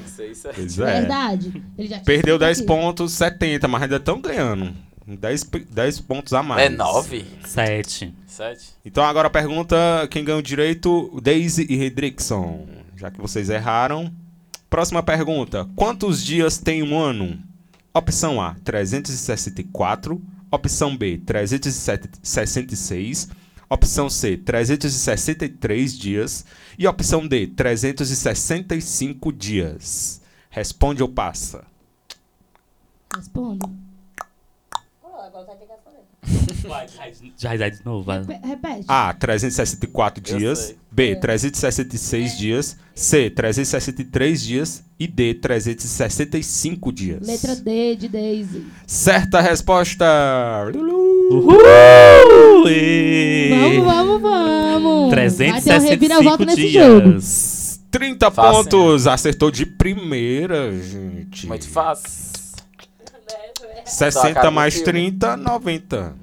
Pois é. Verdade. Ele já tinha Perdeu escrito 10 aqui. pontos, 70, mas ainda estão ganhando. 10, pe- 10 pontos a mais. É nove? Sete. Sete? Então agora a pergunta, quem ganhou direito? Daisy e Redrickson. Já que vocês erraram. Próxima pergunta. Quantos dias tem um ano? Opção A, 364. Opção B, 366. Opção C, 363 dias. E opção D, 365 dias. Responde ou passa? Respondo. Já dá de novo. vai. Pe- Repete. A, 364 Eu dias. sei. É. B, 366 dias. C, 363 dias. E D, 365 dias. Letra D de Daisy. Certa resposta! Lulu. Uhul! E... Vamos, vamos, vamos. Vai ter um 365 reviravolta nesse jogo. dias. 30 Fácil, pontos! Acertou de primeira, gente. Muito fácil. 60 Sacado mais do 30, 90.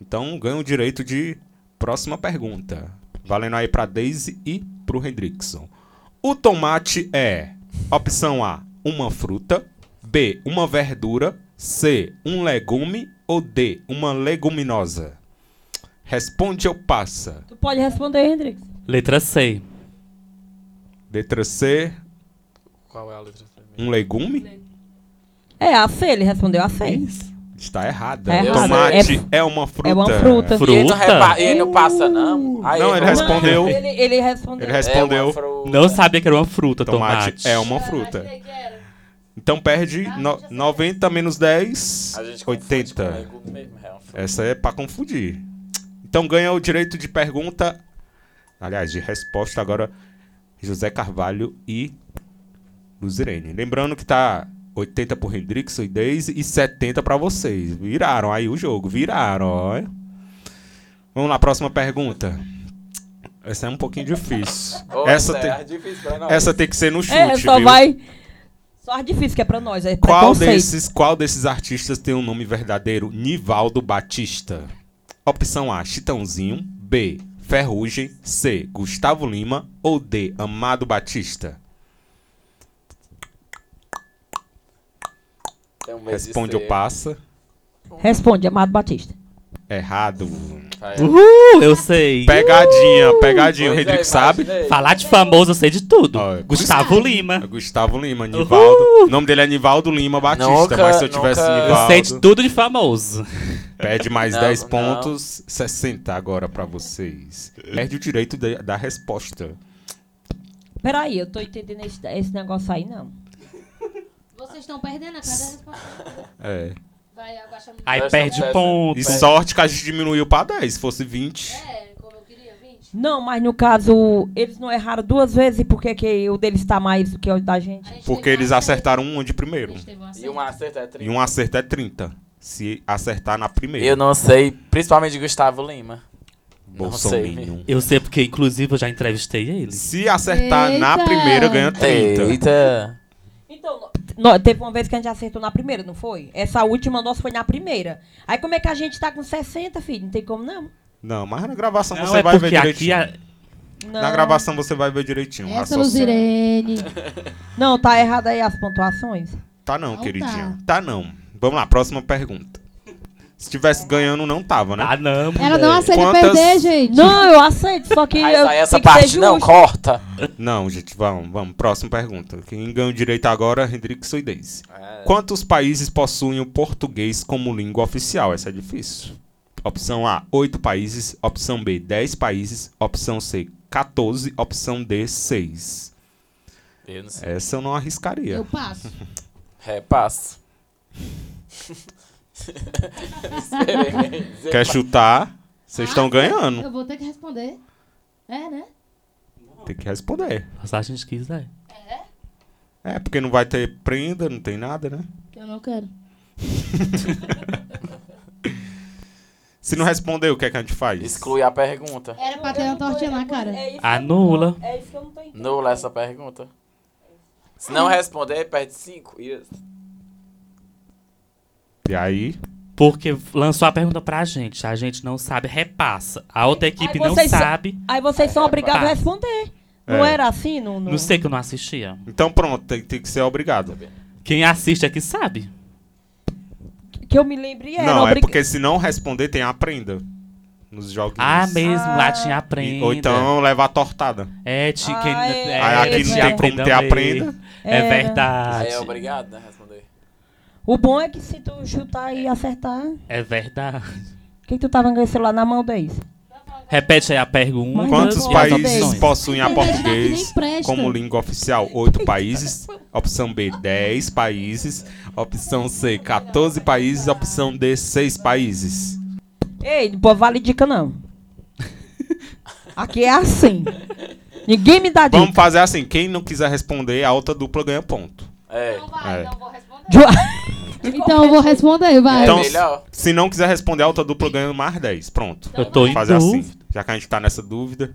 Então ganha o direito de próxima pergunta. Valendo aí pra Daisy e pro Hendrickson. O tomate é opção A, uma fruta, B, uma verdura, C, um legume ou D, uma leguminosa. Responde ou passa? Tu pode responder, Hendrix. Letra C. Letra C, Qual é a letra primeira? um legume? É, a C, ele respondeu a C. Está errada. É errado. tomate é, uma fruta. É uma fruta. Fruta. E ele não, repa- e ele não passa, não? Aí, Não, ele vamos- respondeu. Ele, ele Ele respondeu. É uma respondeu. fruta. Não sabia que era uma fruta, Tomate, tomate. é uma fruta. Então perde no- 90 menos 10, A gente confunde com 80. legume mesmo, é uma fruta. Essa é pra confundir. Então ganha o direito de pergunta, aliás, de resposta agora José Carvalho e Luzirene. Lembrando que tá 80 pro Hendrickson e Daisy e 70 pra vocês. Viraram aí o jogo, viraram, ó. Vamos lá, próxima pergunta. Essa é um pouquinho difícil. Ô, Essa Zé, tem, é difícil pra nós. essa tem que ser no chute, É, só viu? vai. Só as difícil que é pra nós. É Qual preconceito. desses, qual desses artistas tem o nome verdadeiro Nivaldo Batista? Opção A, Chitãozinho. B, Ferrugem. C, Gustavo Lima. Ou D, Amado Batista? Tem um mês de Responde ser. ou passa. Responde, Amado Batista. Errado. Vai. Uhul, Uh, eu sei. Pegadinha, pegadinha. O Pois é, Redrick sabe. imaginei. Falar de famoso eu sei de tudo. Ó, é Gustavo Lima. Gustavo Lima, Nivaldo. O nome dele é Nivaldo Lima Batista, Nunca- mas se eu tivesse nunca- Eu sei de Nivaldo, tudo de famoso. pede mais Não, 10 não. pontos, 60 agora pra vocês. Perde o direito de- da resposta. Peraí, eu tô entendendo esse, esse negócio aí, não. Vocês estão perdendo a cada resposta. É. Vai abaixar Ah. muito. Aí Nós perde estamos ponto. E sorte que a gente diminuiu pra 10, se fosse 20. É, como eu queria, 20. Não, mas no caso, eles não erraram duas vezes e por que, que o deles tá mais do que o da gente? A gente Porque teve um eles acerto. acertaram um de A primeiro. gente teve um acerto. E um acerto é 30. E um acerto é 30. Se acertar na primeira. Eu não sei, principalmente de Gustavo Lima. Bolsominion. Eu sei porque, inclusive, eu já entrevistei ele. Se acertar na Eita. primeira, ganha 30. Eita. Então, no- no- teve uma vez que a gente acertou na primeira, não foi? Essa última nossa foi na primeira. Aí como é que a gente tá com 60, filho? Não tem como não. Não, mas na gravação Não, você é vai ver porque aqui direitinho. né? a- Não, Na gravação você vai ver direitinho. Essa, raciocínio. Luzirene. não tá errada aí as pontuações. Tá não, Não queridinha. Tá. não. Vamos lá, próxima pergunta. Se tivesse ganhando, não tava, né? Ah, não. Ela não aceita Quantas- perder, gente. Não, eu aceito, só que Aí eu sai essa tem que ser parte não, justo. corta. Não, gente, vamos, vamos. Próxima pergunta. Quem ganha o direito agora, Hendrix Suidez. Quantos países possuem o português como língua oficial? Essa é difícil. Opção A, 8 países. Opção B, 10 países. Opção C, 14. Opção D, 6. Eu não sei. Essa eu não arriscaria. Eu passo. Repasso. Quer chutar? Vocês estão Ah, ganhando. Eu vou ter que responder. É, né? Tem que responder. Se a gente quiser. É, porque não vai ter prenda, não tem nada, né? Eu não quero. Se não responder, o que é que a gente faz? Exclui a pergununta. Era pra ter uma tortinha na cara. Anula. É isso que eu não tô entendendo. Nula essa pergunta. Se não responder, perde 5. E aí? Porque lançou a pergunta pra gente. A gente não sabe, repassa. A outra equipe não vocês sa- sabe. Aí vocês É, são obrigados a Tá. responder. Não É. era assim? No, no... Não sei que eu não assistia. Então pronto, tem, tem que ser obrigado. Quem assiste aqui sabe. Que eu me lembrei era não, é obrig- porque se não responder, tem a prenda. Nos joguinhos. Ah, mesmo, lá tinha a E- prenda. Ou então leva a tortada. É, tinha quem. Ah, é, é. Aí aqui não tinha tem como ter a prenda. mesmo. É Era. Ah, verdade. Aí é obrigado, né? Responder. O bom é que se tu chutar e acertar... É verdade. O que, que tu tava com esse celular na mão, Deis? Repete aí a pergunta. Então, Mas Quantos não, e as países opções. possuem a Tem verdade que nem português presta. como língua oficial? 8 países. Opção B, 10 países. Opção C, 14 países. Opção D, 6 países. Ei, não pô, vale dica não. Aqui é assim. Ninguém me dá Vamos dica. fazer assim: quem não quiser responder, a outra dupla ganha ponto. É. Não Então vai, É. não vou responder. Então eu vou responder, vai. Então, é melhor. Se não quiser responder, a outra dupla ganha mais 10. Pronto. Eu tô em fazer assim. dúvida. Já que a gente tá nessa dúvida.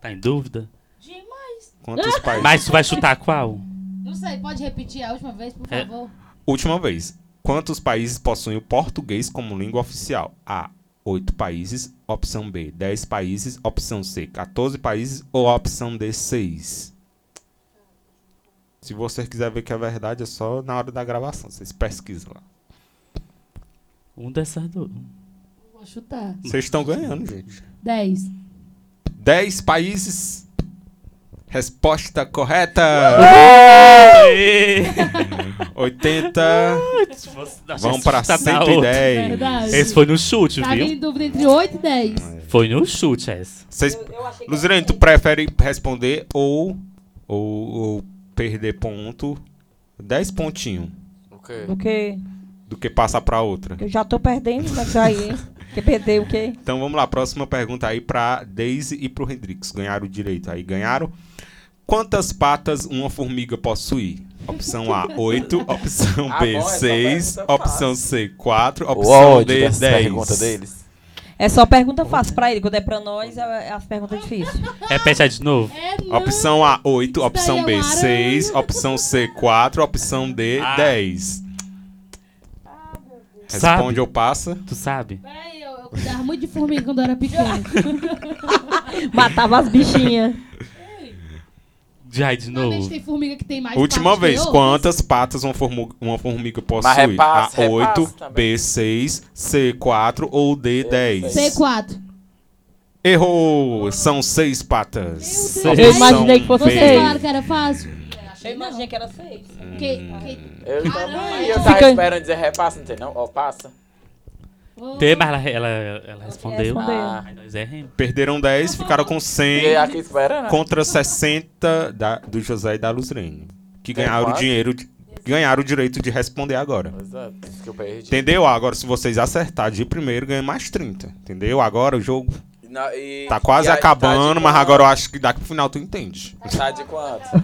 Tá em dúvida? Ah! Quantos países? Mas tu vai chutar qual? Não sei, pode repetir a última vez, por É. favor? Última vez. Quantos países possuem o português como língua oficial? A. 8 países. Opção B. 10 países. Opção C. 14 países. Ou opção D. 6. Se você quiser ver que é verdade, é só na hora da gravação. Vocês pesquisam lá. Um dessas duas. Vou chutar. Vocês estão ganhando, gente. 10. 10 países. Resposta correta. 80. Vamos para tá 110. Verdade. Esse foi no chute, Tava viu? em dúvida entre 8 e 10. Foi no chute essa. Vocês, Luzirene, tu prefere responder ou, ou, ou perder ponto 10 pontinhos O quê? Porque do que passar pra outra? eu já tô perdendo né, mas aí. Quer perder o quê? Então vamos lá, próxima pergunta aí pra Daisy e pro Hendrix. Ganharam direito aí, ganharam. Quantas patas uma formiga possui? Opção A, 8. Opção Ah, B, bom, essa 6. pergunta é Opção C, 4. O Opção ódio D, dessa 10. pergunta deles. É só pergunta fácil pra ele. Quando é pra nós, é, é as perguntas difíceis. Repete aí de novo. É, Opção A, 8. Isso daí Opção é B, laranja. 6. Opção C, 4. Opção D, Ah. 10. Ah, Sabe? Responde ou passa. Tu sabe? Peraí, eu, eu Dava muito de formiga quando eu era pequena. Matava as bichinhas. Já de Normalmente novo. tem formiga que tem mais Última partes que vez, outras. quantas patas uma formiga, uma formiga possui? Mas repassa, A8, repassa também. B6, C4 ou D10? sei. C4. Errou! São seis patas. Opção Meu Deus. Eu imaginei que fosse B. Vocês falaram que era fácil? Eu imaginei que era seis. É, Que, que, Eu Ah, é também. Eu Fica- tava esperando dizer repassa, não tem não? Ó, passa. oh, Tem, mas ela, ela, ela respondeu. respondeu. Ah, nós erramos. Perderam 10, Tá ficaram com 100 Fiquei aqui esperando. né? contra 60 da- do José e da Luzrene. Que Tem ganharam o É quatro? dinheiro. de- Ganharam o direito de responder agora. Exato, que eu perdi. Entendeu? Agora, se vocês acertarem de primeiro, ganha mais 30. Entendeu? Agora o jogo Na- e- tá quase e aí, tá acabando, de mas quanto? agora eu acho que daqui pro final tu entende. Tá de quanto?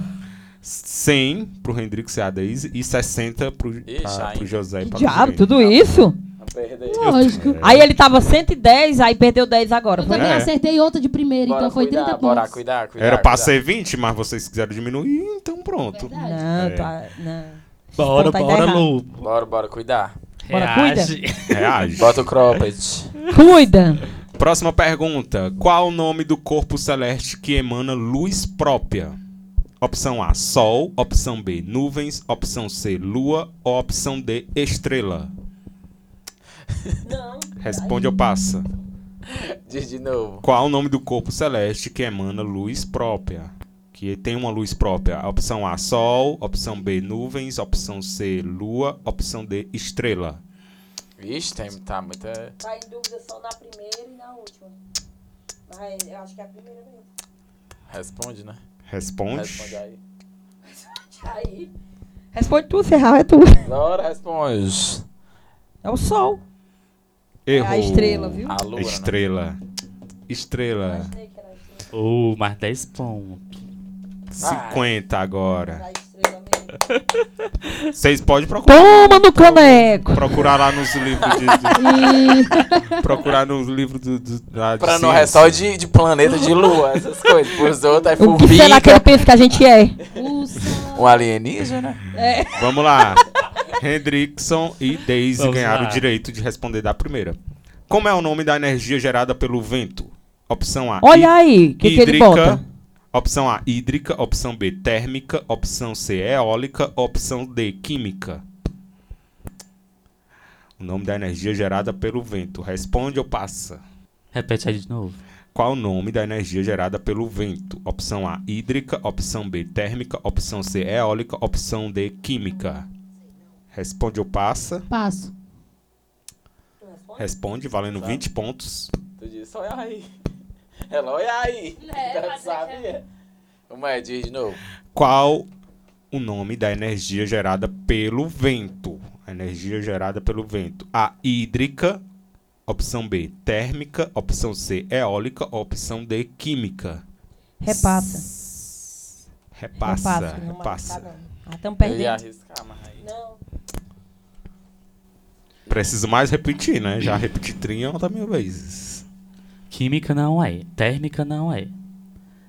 100 pro Hendrix e a Daisy e 60 pro, Ixi, pra- ainda. pro José e pra Diabo, Luzrene. tudo isso? Perdi. Lógico. Aí ele tava 110, aí perdeu 10 agora. Eu também É. acertei outra de primeira, então foi 30 cuidar, pontos. bora cuidar, cuidar. Era pra cuidar. ser 20, mas vocês quiseram diminuir, então pronto. Verdade. Não, É. tá. Não. Bora, Então tá bora, errado. Lu. Bora, bora, cuidar. Bora, Reage. Reage. Bota o cropped. Cuida. Próxima pergunta. Qual o nome do corpo celeste que emana luz própria? Opção A, Sol. Opção B, nuvens. Opção C, Lua. Ou opção D, estrela? Responde ou passa. Diz de novo. Qual o nome do corpo celeste que emana luz própria? Que tem uma luz própria. Opção A, Sol. Opção B, nuvens. Opção C, Lua. Opção D, estrela. Vixe, tem, tá muita... Tá em dúvida só na primeira e na última. Mas eu acho que é a primeira mesmo. Responde, né? Responde Responde. aí. Aí. Responde tu, Serral, é tu. Laura responde. É o sol. Errou. É a estrela, viu? A lua, né? Estrela. Estrela. Uh, mais 10 pontos. 50 agora. estrela mesmo. Vocês podem procurar, Toma no caneco. procurar lá nos livros de, de- E procurar nos livros do, do, lá de Pra não ciência. é só de, de planeta, de lua, essas coisas. Pros outros é O que será que ele formiga, pensa que a gente é? o sol. um alienígena. Vamos lá. Hendrickson e Daisy Vamos ganharam lá. o direito de responder da primeira. Como é o nome da energia gerada pelo vento? Opção A. Olha hí- aí, o que, que ele bota? Opção A, hídrica. Opção B, térmica. Opção C, eólica. Opção D, química. O nome da energia gerada pelo vento. Responde ou passa? Repete aí de novo. Qual o nome da energia gerada pelo vento? Opção A, hídrica. Opção B, térmica. Opção C, eólica. Opção D, química. Responde ou passa? Passo. Responde, valendo 20 pontos. Tu disse, olha aí. Ela, olha aí. Não sabia. Uma é, diz de novo. Qual o nome da energia gerada pelo vento? A energia gerada pelo vento. A, hídrica. Opção B, térmica. Opção C, eólica. Opção D, química. Repassa. Repassa, Repassa, não repassa. Ah, estamos Eu ia perdendo. arriscar, mas aí... Preciso mais repetir, né? Já repeti 30 mil vezes. Química não é. Térmica não é.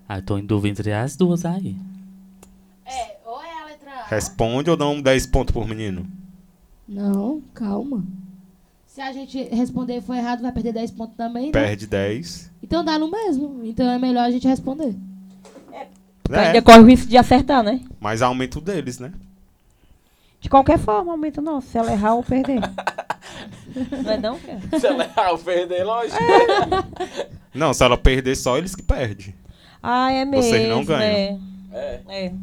Ah, tô em dúvida entre as duas aí. É, ou é a letra A. Responde ou dá um 10 pontos por menino? Não, calma. Se a gente responder foi errado, vai perder 10 pontos também, né? Perde 10. Então dá no mesmo. Então é melhor a gente responder. É, Ainda corre o risco de acertar, né? mas aumenta o deles, né? De qualquer forma, aumenta não. Se ela errar ou perder. não é não? cara? Se ela errar, eu perder, lógico. Não, se ela perder só, eles que perdem. Ah, é mesmo. Vocês não ganham. É. É. É.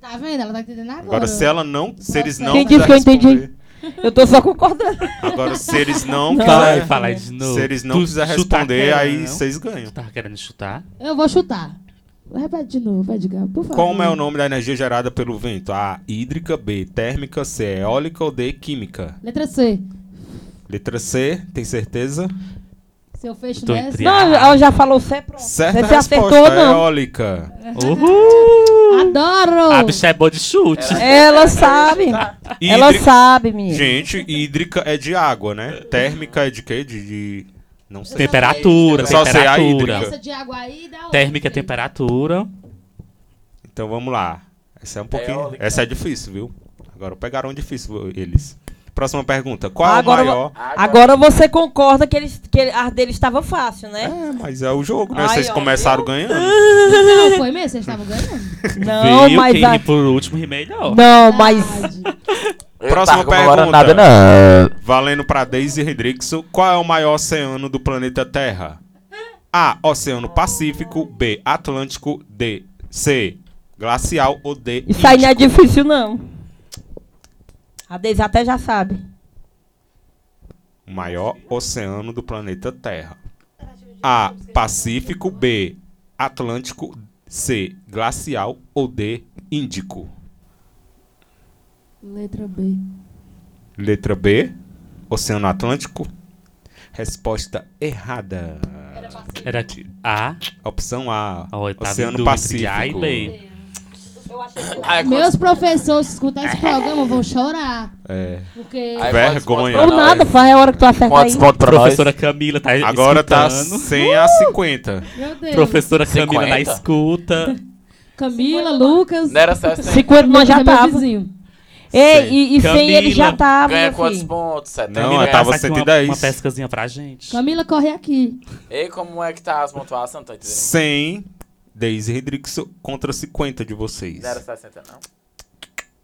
Tá vendo? Ela tá entendendo agora. Agora, se ela não. Se eles não. Quem quiser disse que eu entendi? responder- Eu tô só concordando. Agora, se eles não. Fala aí, quiser- fala aí de novo. se eles não Tu quiser chutar responder, tá aquela, aí não? vocês Tu ganham. tava querendo chutar? Eu vou chutar. Repete de novo, Edgar, por favor. Como é o nome da energia gerada pelo vento? A. Hídrica. B. Térmica. C. Eólica ou D. Química? Letra C. Letra C. Tem certeza? Se eu fecho Eu tô nessa. entre Não, ela já falou, você é pronto. Certa você resposta. é acertou ou não? Eólica. Uhul! Adoro! A bicha é boa de chute. Ela sabe. Ela Hídrica- sabe, menina. Gente, hídrica é de água, né? Térmica é de quê? De. de- Não sei. Temperatura, Eu é só sei a temperatura. hídrica. Essa de água aí dá outra. Térmica, é temperatura. Então vamos lá. Essa é um pouquinho. Eólica. Essa é difícil, viu? Agora pegaram um difícil eles. Próxima pergunta. Qual agora, é o maior? vo- agora você concorda que, eles, que ele- a dele estava fácil, né? É, mas é o jogo, né? Ai, Vocês ó, começaram ganhando. Não, foi mesmo, vocês estavam ganhando. Não, Viu? mas. Quem a- ri por último ri melhor. Não, mas. Eu Próxima targo uma hora pergunta. Nada, não. Valendo pra Daisy Redrixo, qual é o maior oceano do planeta Terra? A. Oceano Pacífico. B. Atlântico. D. C. Glacial ou D. Isso aí não é Índico? difícil, não. A Deise até já sabe. O maior oceano do planeta Terra. Tá, A. Pacífico. B. Atlântico. C. Glacial ou D. Índico. Letra B. Letra B. Oceano Atlântico. Resposta errada. Era A, Opção A. a oitava Oceano dúvida de tá A e Pacífico. B. Ai, Meus professores, se escutar esse programa, vão chorar. É. Porque. Ai, Vergonha. Ou Não, nada, é- faz a hora que tu acerta aí. Quantos pontos pra nós? Professora Camila tá Agora tá escutando. Uh! 100 a 50. Meu Deus. Professora Camila na 50? escuta. Camila, Lucas. Não era só essa. 50 nós já Lucas é meu tava. vizinho. Ei, e, e Camila. sem ele já tava. Ganha meu quantos filho. pontos? 70 Não, milhões. eu tava- Faz uma- 110. Uma pescazinha pra gente. Camila, corre aqui. Ei, como é que tá as pontuações? Não tô entendendo. 100, Daisy Redrixo contra 50 de vocês. Não era 60, não.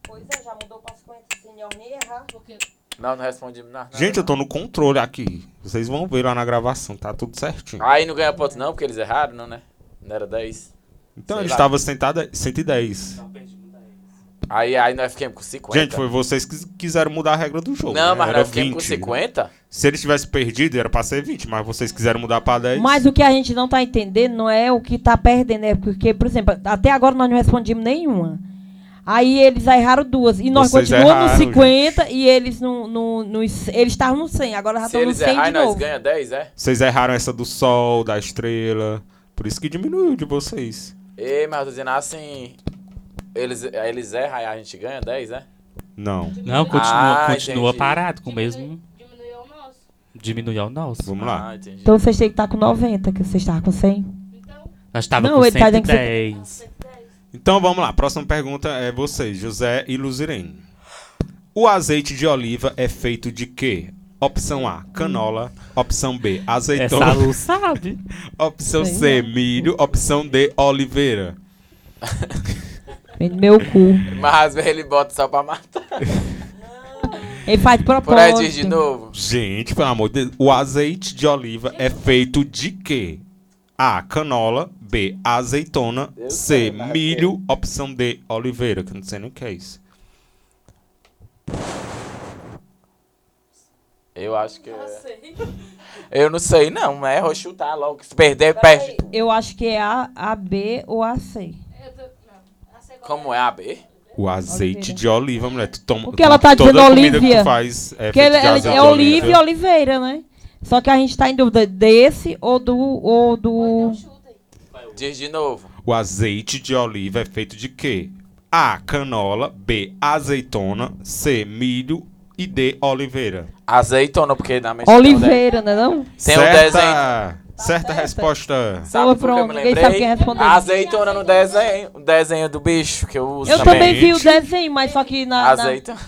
Pois é, já mudou pra 50, senhor, nem errar. É Não, não respondi nada. Gente, eu tô no controle aqui. Vocês vão ver lá na gravação, tá tudo certinho. Aí não ganha ponto, não, porque eles erraram, não, né? Não era 10. Então sei ele lá. estava sentado 110. Aí, aí nós ficamos com 50. Gente, foi vocês que quiseram mudar a regra do jogo. Não, né? mas Era nós ficamos com 20. 50? Se ele tivesse perdido, era pra ser 20, mas vocês quiseram mudar pra 10. Mas o que a gente não tá entendendo não é o que tá perdendo, é porque, por exemplo, até agora nós não respondimos nenhuma. Aí eles erraram duas. E nós Vocês continuamos erraram, nos 50 e eles no, no, nos- eles estavam no 100, agora já Se estão no eles 100 de errarem, nós novo. ganha 10, é? Vocês erraram essa do sol, da estrela. Por isso que diminuiu de vocês. Ei, mas eu tô dizendo assim. Eles, eles erram, aí a gente ganha 10, né? Não. Não, continua, Ah, continua entendi. parado com o mesmo. Diminuiu o nosso. Diminuiu o nosso. Vamos lá. Ah, entendi. Então vocês têm que estar com 90, que vocês estavam com 100. Nós tava Não, com ele tá dizendo que você- 110. Então vamos lá, próxima pergunta é vocês, José e Luzirene. O azeite de oliva é feito de quê? Opção A, canola. Opção B, Essa azeitona. Lu sabe. Opção C, milho. Opção D, oliveira. Vem do meu cu. Mas às vezes ele bota só pra matar. Ele faz de Por aí diz de propósito. novo. Gente, pelo amor de Deus. O azeite de oliva é feito de quê? A, canola. B, azeitona. Eu C, sei, mas milho. Opção D, oliveira. Que eu não sei nem o que é isso. Eu acho que. é. Eu não sei, não, mas eu vou chutar logo. Se perder, perde. Eu acho que é A, A, B ou A, C. Como é a B? O azeite de oliva, mulher. Tu toma, Porque ela tá toda dizendo comida que Olívia. tu faz é feita Porque ele, de ele- azeite é de Olive e Oliveira, né? Só que a gente tá em dúvida desse ou do. Ou do... Diz de novo. O azeite de oliva é feito de quê? A. Canola. B. Azeitona. C. Milho. E D. Oliveira. Azeitona, porque na minha Oliveira, né não? Tem um certa, certa resposta. Sabe por que eu Pronto, me ninguém lembrei? sabe quem é respondeu. Azeitona no desenho. O desenho do bicho que eu uso Eu também. também vi o desenho, mas só que na. na... Azeitona.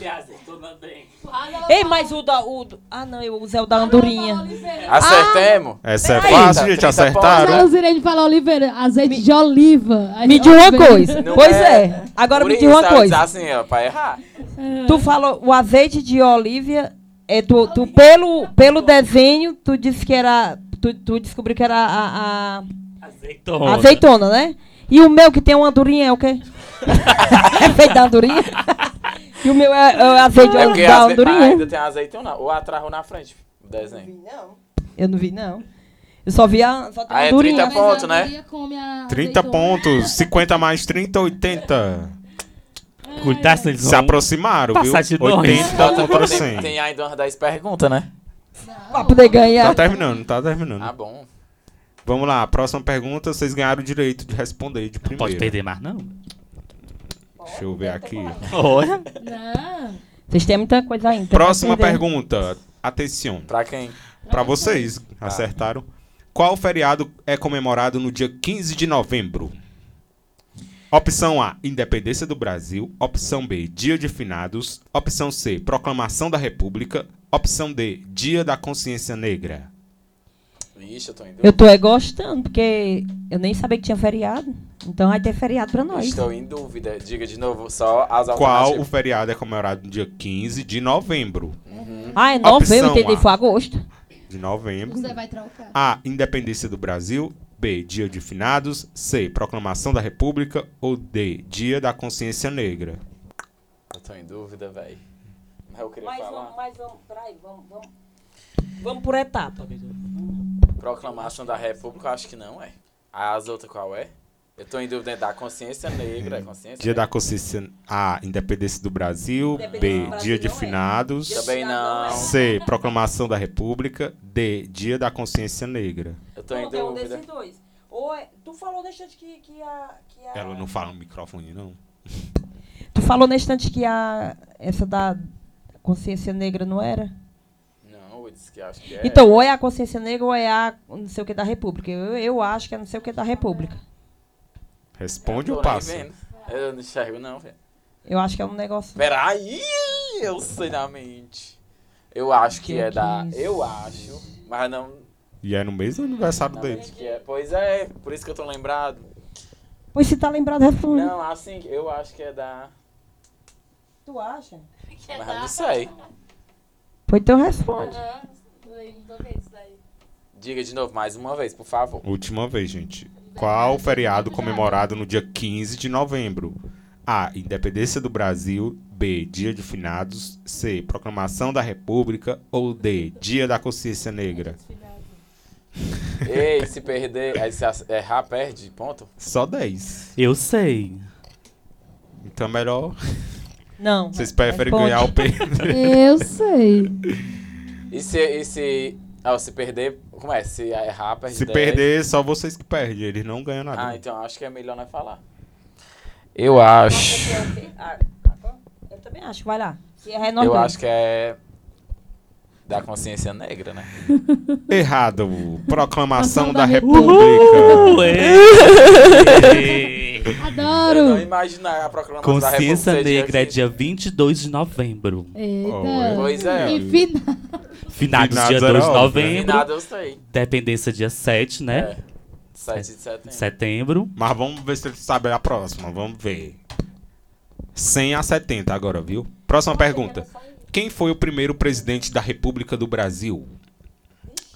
Ei, mas o da. O... do- Ah, não, eu usei o da Andorinha. Acertemos? Essa é Eita, fácil, gente. 30 Mas a Acertaram. Luzirene falou Oliveira, azeite de oliva. Aí, Me diz uma Oliveira. coisa. Não pois é. é. Agora Por me diz isso, uma eu disse coisa. assim, ó, pra errar. Tu falou o azeite de Olívia. É, tu, tu, pelo, pelo desenho, tu disse que era. Tu, tu descobriu que era a- a... Azeitona. Azeitona, né? E o meu que tem uma andorinha é o quê? é feito da andorinha? e o meu é, é azeite É porque da aze... ah, andorinha? ainda tem azeitona. Ou atrás ou na frente. O desenho. Eu não vi, não. Eu só vi a só tem Ah, é andorinha. 30 ponto, né? Maria come a 30 azeitona. pontos. 50 mais 30, 80. Cuidado, senão eles Se vão- aproximaram, viu? Passar de dois. 80 contra tem, 100. tem ainda umas 10 perguntas, né? Pra poder Tá ganhar. terminando, tá Ah, terminando. bom. Vamos lá, próxima pergunta. Vocês ganharam o direito de responder de Não pode primeiro. perder mais, não. Deixa eu ver aqui. Olha. Não. Vocês têm muita coisa ainda. Próxima pra aprender. pergunta. Atenção. Pra quem? Pra vocês, acertaram. Qual feriado é comemorado no dia 15 de novembro? Opção A, Independência do Brasil. Opção B, Dia de Finados. Opção C, Proclamação da República. Opção D, Dia da Consciência Negra. Ixi, eu tô em dúvida. Eu tô é gostando, porque eu nem sabia que tinha feriado. Então vai ter feriado pra nós. Estou em dúvida. Diga de novo, só as Qual o alternativas. feriado é comemorado no dia 15 de novembro? né? Ah, é novembro, Opção entendi. A. Foi agosto. De novembro. Você vai trocar. A, Independência do Brasil. B, Dia de Finados. C, Proclamação da República. Ou D, Dia da Consciência Negra. Eu tô em dúvida, velho. Mas eu queria falar. mas vamos, peraí, vamos, vamos. Vamos por etapa. Proclamação da República, eu acho que não, é. As outras qual é? Eu tô em dúvida entre da consciência negra, é consciência Dia negra. da Consciência... A, Independência do Brasil. Independência B, do Brasil Dia de não é. Finados. Também não. C. Proclamação da República. D. Dia da Consciência Negra. Eu tô em dúvida. um dois. Ou é, tu falou nesse instante que, que, a, que a. Ela não fala no microfone, não. Tu falou nesse instante que a. Essa da consciência negra não era? Não, eu disse que acho que é. Então, ou é a consciência negra ou é a não sei o que da república. Eu, eu acho que é não sei o que da república. Responde eu ou tô passa? nem vendo. Eu não enxergo, não, velho. Eu acho que é um negócio. Peraí, eu sei na mente. Eu acho que Dia é da. 15. Eu acho, mas não. E é no mesmo aniversário Na dele. mente que é. Pois é, por isso que eu tô lembrado. Pois se tá lembrado, responde. Não, assim, eu acho que é da. Tu acha? É Mas eu não sei. Pois então responde. Ah, Diga de novo, mais uma vez, por favor. Última vez, gente. Qual o feriado comemorado no dia 15 de novembro? A. Independência do Brasil. B. Dia de Finados. C. Proclamação da República. Ou D. Dia da Consciência Negra. Ei, se perder, aí se ac- errar, perde, ponto. Só 10. Eu sei. Então é melhor. Não. Vocês preferem Responde. ganhar o Pedro. Eu sei. E se. E se ah, se perder, como é? Se errar, perde. Se 10. perder, é só vocês que perdem. Eles não ganham nada. Ah, então acho que é melhor não falar. É, Eu acho. Ah, tá Eu também acho, vai lá. Se é Eu acho que é. Da consciência negra, né? Errado. Proclamação Proclamação da da Uh! República. Eu não Adoro. imaginar a proclamação da República. Consciência ser dia Negra é 15. dia 22 de novembro. Eita. Pois é. E final. Finados, Finados dia era 2 óbvio, de né? E novembro. nada eu sei. Dependência dia 7, né? É. 7 de setembro. Setembro. Mas vamos ver se ele sabe a próxima. Vamos ver. 100 a 70 agora, viu? Próxima pergunta. Quem foi o primeiro presidente da República do Brasil?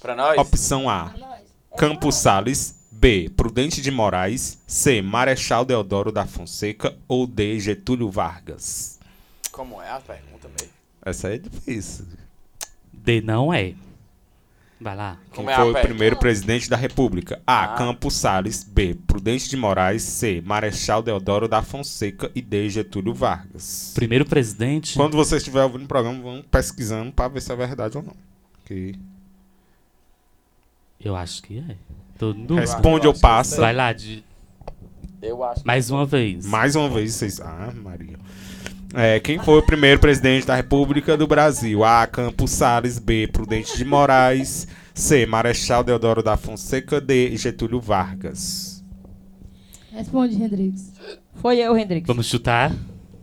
Pra nós? Opção A. Campos Salles. B. Prudente de Moraes. C. Marechal Deodoro da Fonseca. Ou D. Getúlio Vargas. Como é a pergunta mesmo? Essa é difícil. D não é. Vai lá. Quem Como é a foi o pergunta? primeiro presidente da República? A. Ah. Campos Salles. B. Prudente de Moraes. C. Marechal Deodoro da Fonseca. E D. Getúlio Vargas. Primeiro presidente. Quando você estiver ouvindo o programa, vão pesquisando pra ver se é verdade ou não. Que- Eu acho que é. Tô em dúvida. Responde eu ou acho que eu passa. Vai lá, de... Eu acho. mais uma vez. Mais uma vez, vocês. Ah, Maria. É, quem foi o primeiro presidente da República do Brasil? A. Campos Salles. B. Prudente de Moraes. C. Marechal Deodoro da Fonseca. D. Getúlio Vargas. Responde, Hendrix. Foi eu, Hendrix. Vamos chutar?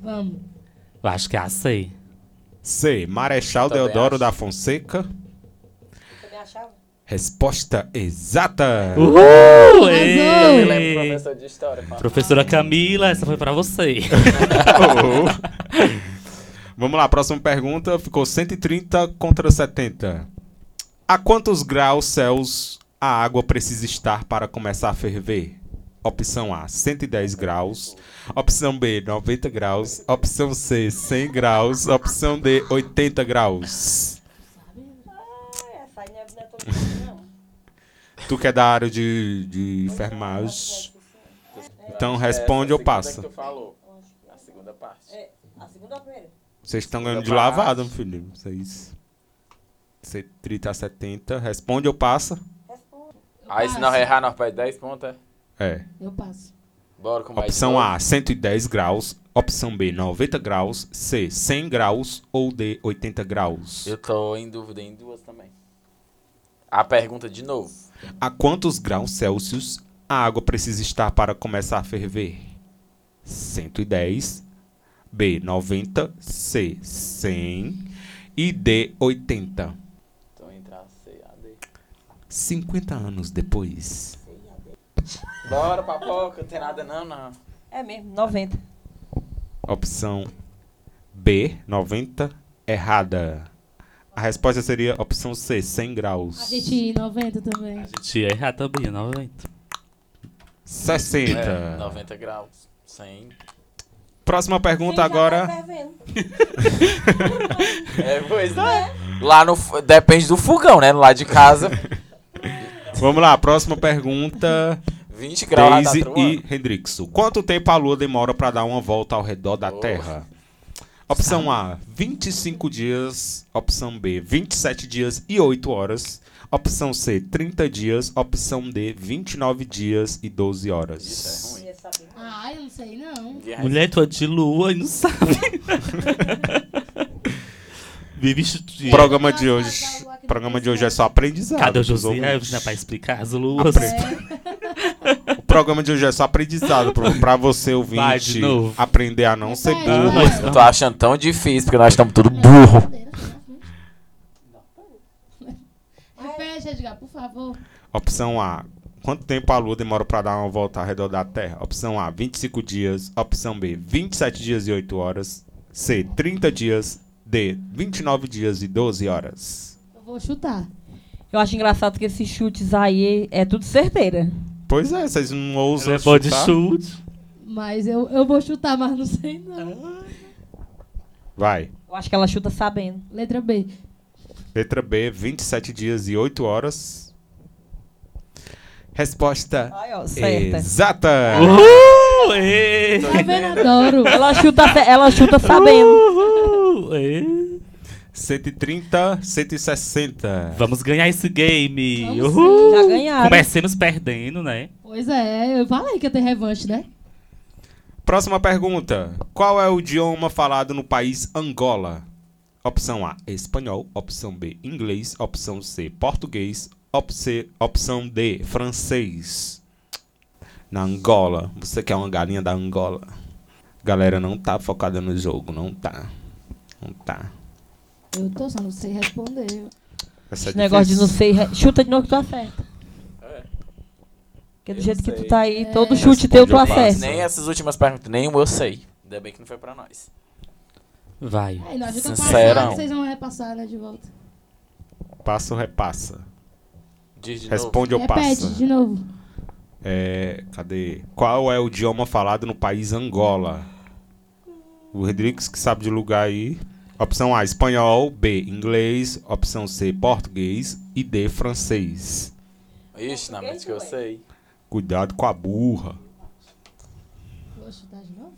Vamos. Eu acho que é a C. C. Marechal Também Deodoro acho. da Fonseca. Resposta exata. Uh, Uhul! Arrasou! Eu me lembro do Ê! professor de história. falando. Professora Camila, essa foi pra você. Vamos lá, próxima pergunta. Ficou 130 contra 70. A quantos graus Celsius a água precisa estar para começar a ferver? Opção A, 110 graus. Opção B, 90 graus. Opção C, 100 graus. Opção D, 80 graus. É, Tu que é da área de, de enfermagem. Então responde É, Essa ou passa. segunda que tu falou. A segunda parte. A segunda primeira. Vocês estão ganhando de Segunda parte. lavada, meu filho. Vocês. Você 30 a 70. Responde ou passa? Aí se não errar, nós perde 10 pontos. é? É. Eu passo. Bora com mais um. Opção dois. A, 110 graus. Opção B, 90 graus. C, 100 graus. Ou D, 80 graus. Eu tô em dúvida em duas também. A pergunta de novo. A quantos graus Celsius a água precisa estar para começar a ferver? 110, B, 90, C, 100 e D, 80. Então entra a C, A, D. 50 anos depois. Bora, papoca, não tem nada não, não. É mesmo, 90. Opção B, 90, errada. A resposta seria opção C, 100 graus. A gente 90 também. A gente erra também, 90. 60. É, 90 graus. 100. Próxima tá pergunta agora. É, pois é. Lá no... f- Depende do fogão, né? Lá de casa, né? Vamos lá, próxima pergunta. 20 graus lá Daisy da trua. e Hendrickson. Quanto tempo a Lua demora para dar uma volta ao redor da Oh. Terra? Opção A, 25 dias. Opção B, 27 dias e 8 horas. Opção C, 30 dias. Opção D, 29 dias e 12 horas. Isso é ruim. Ah, eu não sei não. Guerra- Mulher tua de lua e não sabe. Vive estudando. Programa de hoje. Programa de hoje é só aprendizado. Cadê o pros José? ouvintes. Não é pra explicar as luas. O programa de hoje é só aprendizado pro- pra você Vai ouvinte de novo. aprender a não ser Vai, Ah, burro. vai. nós Eu tô achando tão difícil, porque nós estamos tudo burro. Repete, Edgar, por favor. Opção A. Quanto tempo a Lua demora para dar uma volta ao redor da Terra? Opção A, 25 dias. Opção B, 27 dias e 8 horas. C, 30 dias. D, 29 dias e 12 horas. Eu vou chutar. Eu acho engraçado que esses chutes aí é tudo certeira. Pois é, vocês não ousam É bom de chutar? chute. Mas eu, eu vou chutar, mas não sei não. Vai. Eu acho que ela chuta sabendo. Letra B. Letra B, 27 dias e 8 horas. Resposta Aí, ó, certa. exata. É. Uh, ê, Tá vendo? Adoro. Ela chuta, ela chuta sabendo. uh, ê. 130, 160. Vamos ganhar esse game. Vamos Uhul. Já ganharam. Comecemos perdendo, né? Pois é, eu falei que ia ter revanche, né? Próxima pergunta. Qual é o idioma falado no país Angola? Opção A, espanhol. Opção B, inglês. Opção C, português. Op- C- Opção D, francês. Na Angola. Você quer uma galinha da Angola? Galera, não tá focada no jogo. Não tá. Não tá. Eu tô, só não sei responder. Essa é Esse negócio de difícil. não sei. re- Chuta de novo que tu acerta. É. Porque do Eu jeito que sei. tu tá aí, todo É. chute teu tu Responde, eu acerta. passo. Nem essas últimas perguntas, nem o eu sei. Ainda bem que não foi pra nós. Vai. Aí, nós já Sincerão. passando, vocês vão repassar, né, de volta. Passa ou repassa? Diz de Responde ou Repete passa? de novo. É, cadê? Qual é o idioma falado no país Angola? O Rodrigues que sabe de lugar aí. Opção A, espanhol. B, inglês. Opção C, português. E D, francês. novo. Ixi, na mente que eu sei. Cuidado com a burra. Vou chutar de novo?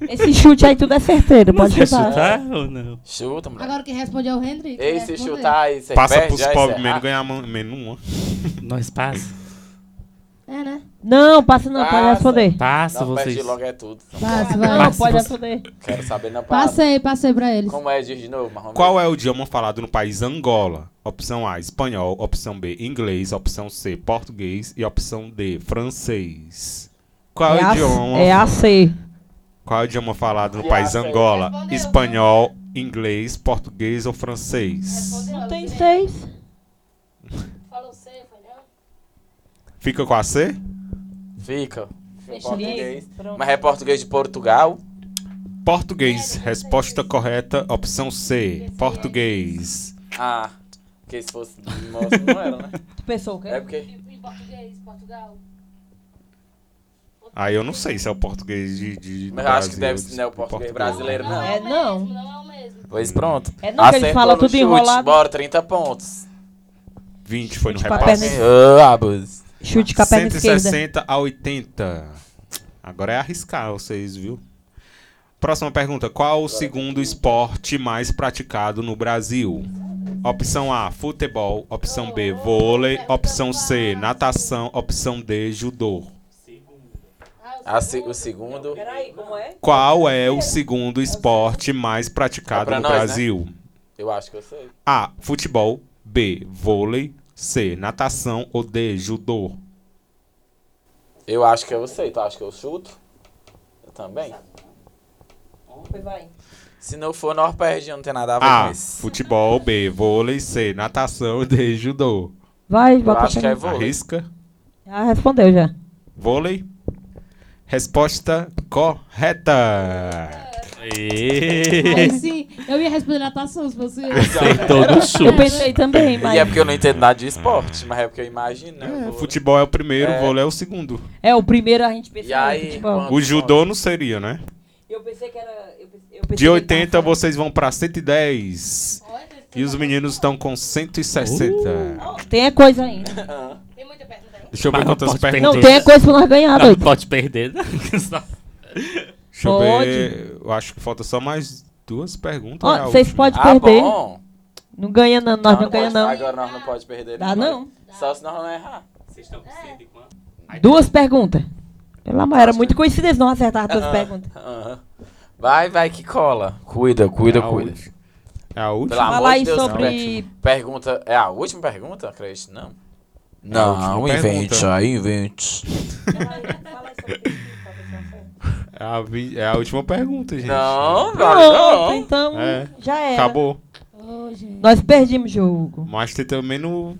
Esse chute aí tudo é certeiro, pode Quer chutar. chutar ou não? Chuta, mulher. Agora quem responde é o Hendrick. Ei, né? se Respondeu. chutar aí, você Passa perde, pros já pobres encerra. menos, ganhar man- menos um, uma. Nós passa. É, né? Não, passa não, pode Passa. responder. Passa Não, Ah, vocês. perde logo é tudo. Passa, vai. Não, Passa pode você. responder. Quero saber na Passa aí, passa aí pra eles. Como é, diz de novo, Marrom? Qual é o idioma falado no país Angola? Opção A, espanhol. Opção B, inglês. Opção C, português. E opção D, francês. Qual é, é o a, idioma? é a C. Qual é o idioma falado no E país a- Angola? Respondeu, Espanhol, inglês, português ou francês? Respondeu, Não tem Luzinei. seis. Falou C, foi não? Fica com a C? Fica. Deixa Português. Pronto. Mas é português de Portugal? Português. Resposta correta, opção C. Português. Ah, porque se fosse de moço, não era, né? Tu pensou o quê? É porque... Em português, Portugal. Aí eu não sei se é o português de. de do Mas eu acho que Brasil, deve de- ser né, o de português brasileiro, não. É, o não. mesmo, não é o mesmo. Pois pronto. É não que ele fala no tudo chute. enrolado. Bora, 30 pontos. 20 foi no Tipo, Chute pra repasse. perna. Ô, Abus. Chute com a perna esquerda. 160 a 80. Agora é arriscar vocês, viu? Próxima pergunta. Qual o segundo esporte mais praticado no Brasil? Opção A, futebol. Opção B, vôlei. Opção C, natação. Opção D, judô. A se- o segundo. Peraí, como é? Qual é o segundo esporte mais praticado É pra no nós, né? Brasil? Eu acho que eu sei. A, futebol. B, vôlei. C, natação. Ou D, judô. Eu acho que eu sei. Tu acha que eu chuto? Também. Vai. Se não for Norperd, não tem nada a ver A. com isso. Futebol. B. Vôlei. C. Natação. D. Judô. Vai, Eu bota acho que é vôlei. Arrisca. Já respondeu já. Vôlei. Resposta correta. É. Aí sim, eu ia responder natação se fosse eu. Acertou no Eu chute. pensei também, mas. E é porque eu não entendo nada de esporte, mas é porque eu imagino, né? o É, vôlei. futebol é o primeiro, É. vôlei é o segundo. É, o primeiro a gente tipo, pensou E aí, no futebol. quando- O judô não seria, né? Eu pensei que era. Eu pensei, eu De pensei 80 vocês vão pra 110. E os meninos estão com 160. Tem é coisa ainda. Tem muita pergunta aí. Deixa eu ver Mas não quantas pode perguntas. Não, Entendi. tem é coisa pra nós ganhar, Não doido. pode perder, né? Deixa eu Pode. ver. Eu acho que falta só mais duas perguntas. Ó, é a vocês última. podem Ah, perder. bom. Não ganha, não. Nós não, ganha, pode- não. Agora nós não podemos perder. Dá não. Só se nós não errar. Vocês estão com sede quanto? Duas perguntas. Pelo amor, era Acho muito coincidência não acertar as duas Aham, perguntas. aham. Ah, Vai, vai que cola. É Cuida, cuida, Ah, cuida. hoje. É a última? Pelo amor Fala de aí Deus, sobre. Pergunta. É a última pergunta, acredito? Não. Não, última invente pergunta. aí, invente. É a, vi- é a última pergunta, gente. Não, Pronto, não, não. então É. já era. Acabou. Ô, gente. Nós perdemos o jogo. Mas tem também tá no,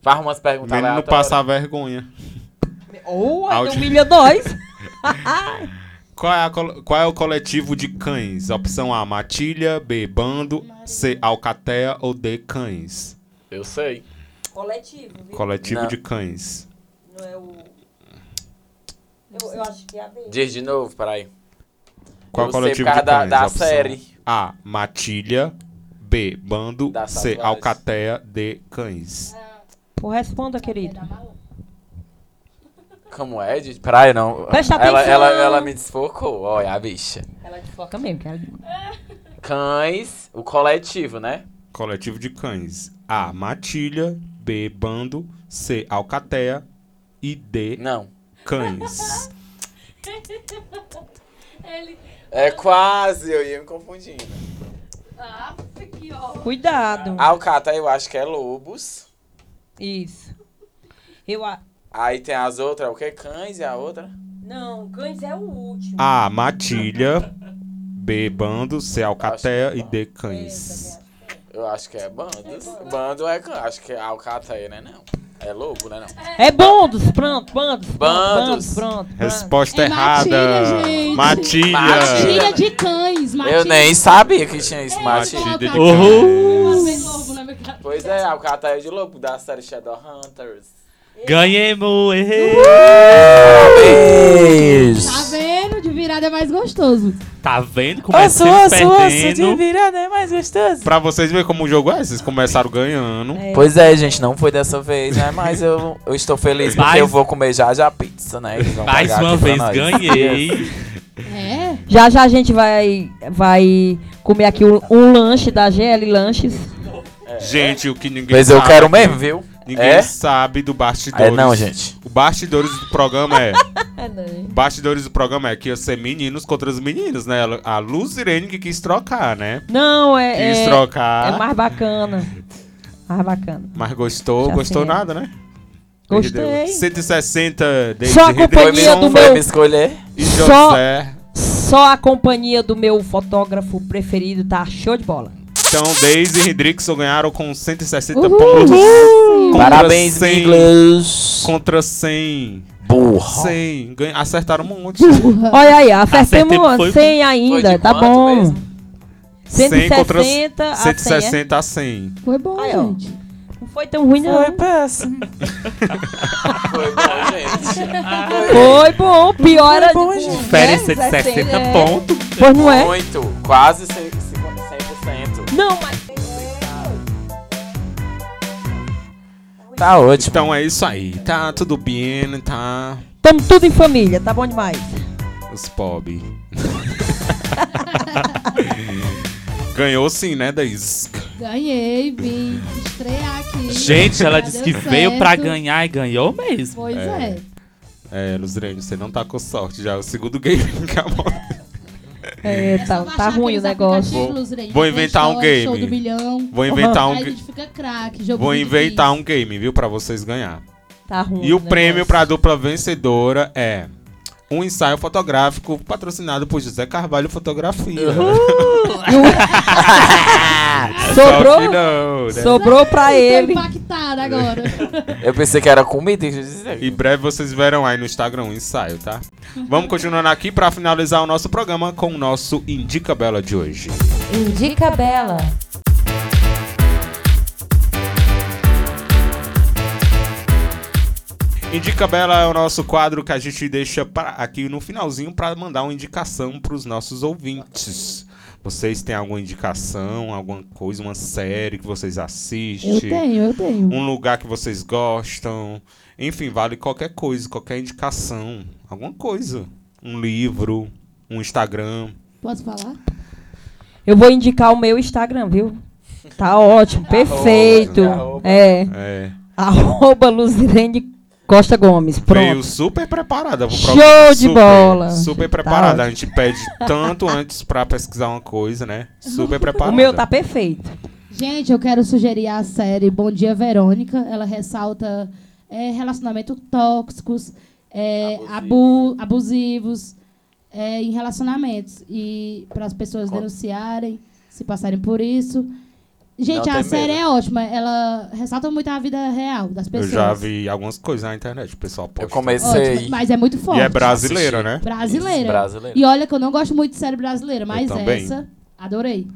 Faz umas perguntas menino não aleatórias. passar vergonha. Ou A oh, última- humilha nós. Qual é, a col- qual é o coletivo de cães? Opção A, matilha. B, bando. C, alcateia. Ou D, cães. Eu sei. Coletivo, viu? Coletivo Não. de cães. Não é o. Eu, acho que é a B. Diz de novo, peraí. Qual é Eu o sei coletivo por de causa da- cães? da Opção série. A, matilha. B, bando. Da C, Savage. alcateia. D, cães. Pô, responda, querido. Como é? De praia, não. Presta ela, atenção. ela, ela me desfocou. Olha, a bicha. Ela desfoca mesmo, que ela... Cães, o coletivo, né? Coletivo de cães. A, matilha. B, bando. C, alcateia. E D, Não. cães. Ele. É quase, eu ia me confundindo. Ah, que ó. Cuidado. Alcata, Ah, eu acho que é lobos. Isso. Eu a... Aí tem as outras, o que? Cães e a outra? Não, cães é o último. A, matilha. B, bando. C, alcateia. E D, cães. Eu acho que é bandos. Bando é cães. Acho que é alcateia, né? Não. É lobo, né? Não. É bondos, pronto, bandos. Bandos. Bandos, pronto. pronto. Resposta É errada. matilha, gente. Matilha. Matilha. Matilha de cães, matilha. Eu nem sabia que tinha isso, Matilha Mati. de Eu cães. passei logo na minha cara. Pois é, alcateia de lobo da série Shadowhunters. Ganhemos! errei. Tá vendo? De virada é mais gostoso. Tá vendo como é que sempre perdendo? virada é mais gostoso. Pra vocês verem como o jogo é, vocês começaram ganhando. Pois é, gente, não foi dessa vez, né? Mas eu, eu estou feliz porque Mais- eu vou comer já já pizza, né? Eles vão Mais pagar uma aqui pra vez nós. ganhei. É. Já já a gente vai, vai comer aqui um, um lanche da GL Lanches. É. Gente, o que ninguém Mas eu sabe. quero mesmo, viu? Ninguém É? sabe do bastidores. É não, gente. O bastidores do programa é. É, não. bastidores do programa é que ia ser meninos contra os meninos, né? A Luz Irene que quis trocar, né? Não, é. Quis É, trocar. é mais bacana. Mais bacana. Mas gostou, Já gostou sei. nada, né? Gostei. 160 desde Só a Foi companhia mesmo, do foi meu- me escolher. e Só- José. Só a companhia do meu fotógrafo preferido tá show de bola. Então, Daisy e Hendrickson ganharam com 160 Uhul. pontos. Contra Parabéns, 100, Mingles. Contra 100. Burro. 100. Ganha- acertaram um monte. Olha aí, Acertei, acertemos foi- 100 foi de ainda, tá quanto bom. mesmo? 160 contra a 100, é? 160 a 100. Foi bom, Aí, ó. gente. Não foi tão ruim, não. péssimo. Foi Foi bom, bom, Né? É. pior era. Foi Diferença de 60 pontos. Pois não gente. é? Muito. Quase 100%. 100%. Não, mas. Tá ótimo. Então é isso aí. Tá tudo bem, tá? Tamo tudo em família, tá bom demais. Os pob. Ganhou sim, né, Daisy? Ganhei, vim estrear aqui. Gente, ela Já disse deu Tá que veio pra certo. ganhar e ganhou mesmo. Pois é. É, Luzirene, você não tá com sorte já. é O segundo game que acabou. É, tá, Baixar tá ruim o aqueles negócio. aplicativos, Luzirene, vou Play inventar um Store, Show game. do bilhão. Vou inventar um, Aí a ga- gente fica craque. jogo vou de inventar um game, viu, pra vocês ganhar. Tá ruim. E o negócio. prêmio pra dupla vencedora é um ensaio fotográfico patrocinado por José Carvalho Fotografia. Uhum. Só que Sobrou, não, né? sobrou pra Tô ele. impactada agora. Então- Eu pensei que era comida. eu disse, Em breve vocês verão aí no Instagram um ensaio, tá? Vamos continuando aqui pra finalizar o nosso programa com o nosso Indica Bela de hoje. Indica Bela. Indica Bela é o nosso quadro que a gente deixa pra- aqui no finalzinho pra mandar uma indicação pros nossos ouvintes. Vocês têm alguma indicação, alguma coisa, uma série que vocês assistem? Eu tenho, eu tenho. um lugar que vocês gostam. Enfim, vale qualquer coisa, qualquer indicação, alguma coisa. Um livro, um Instagram. Posso falar? Eu vou indicar o meu Instagram, viu? Tá ótimo, perfeito. né? arroba. É. É. Arroba Luzirene Costa Gomes. Pronto. Veio super preparada pro Show programa, de super, bola. Super Tá preparada. a ótimo. gente pede tanto antes pra pesquisar uma coisa, né? Super O preparada. meu tá perfeito. Gente, eu quero sugerir a série Bom Dia Verônica. Ela ressalta é, relacionamento tóxicos, é, abu- abusivos é, em relacionamentos. E para as pessoas Conta. denunciarem, se passarem por isso. Gente, Não a tem série medo. é ótima. Ela ressalta muito a vida real das Eu pessoas. já vi algumas coisas na internet, o pessoal posta. Eu comecei. Ótima, mas é muito forte. E é brasileira, né? brasileira. Brasileira. E olha que eu não gosto muito de série brasileira, mas também. essa adorei.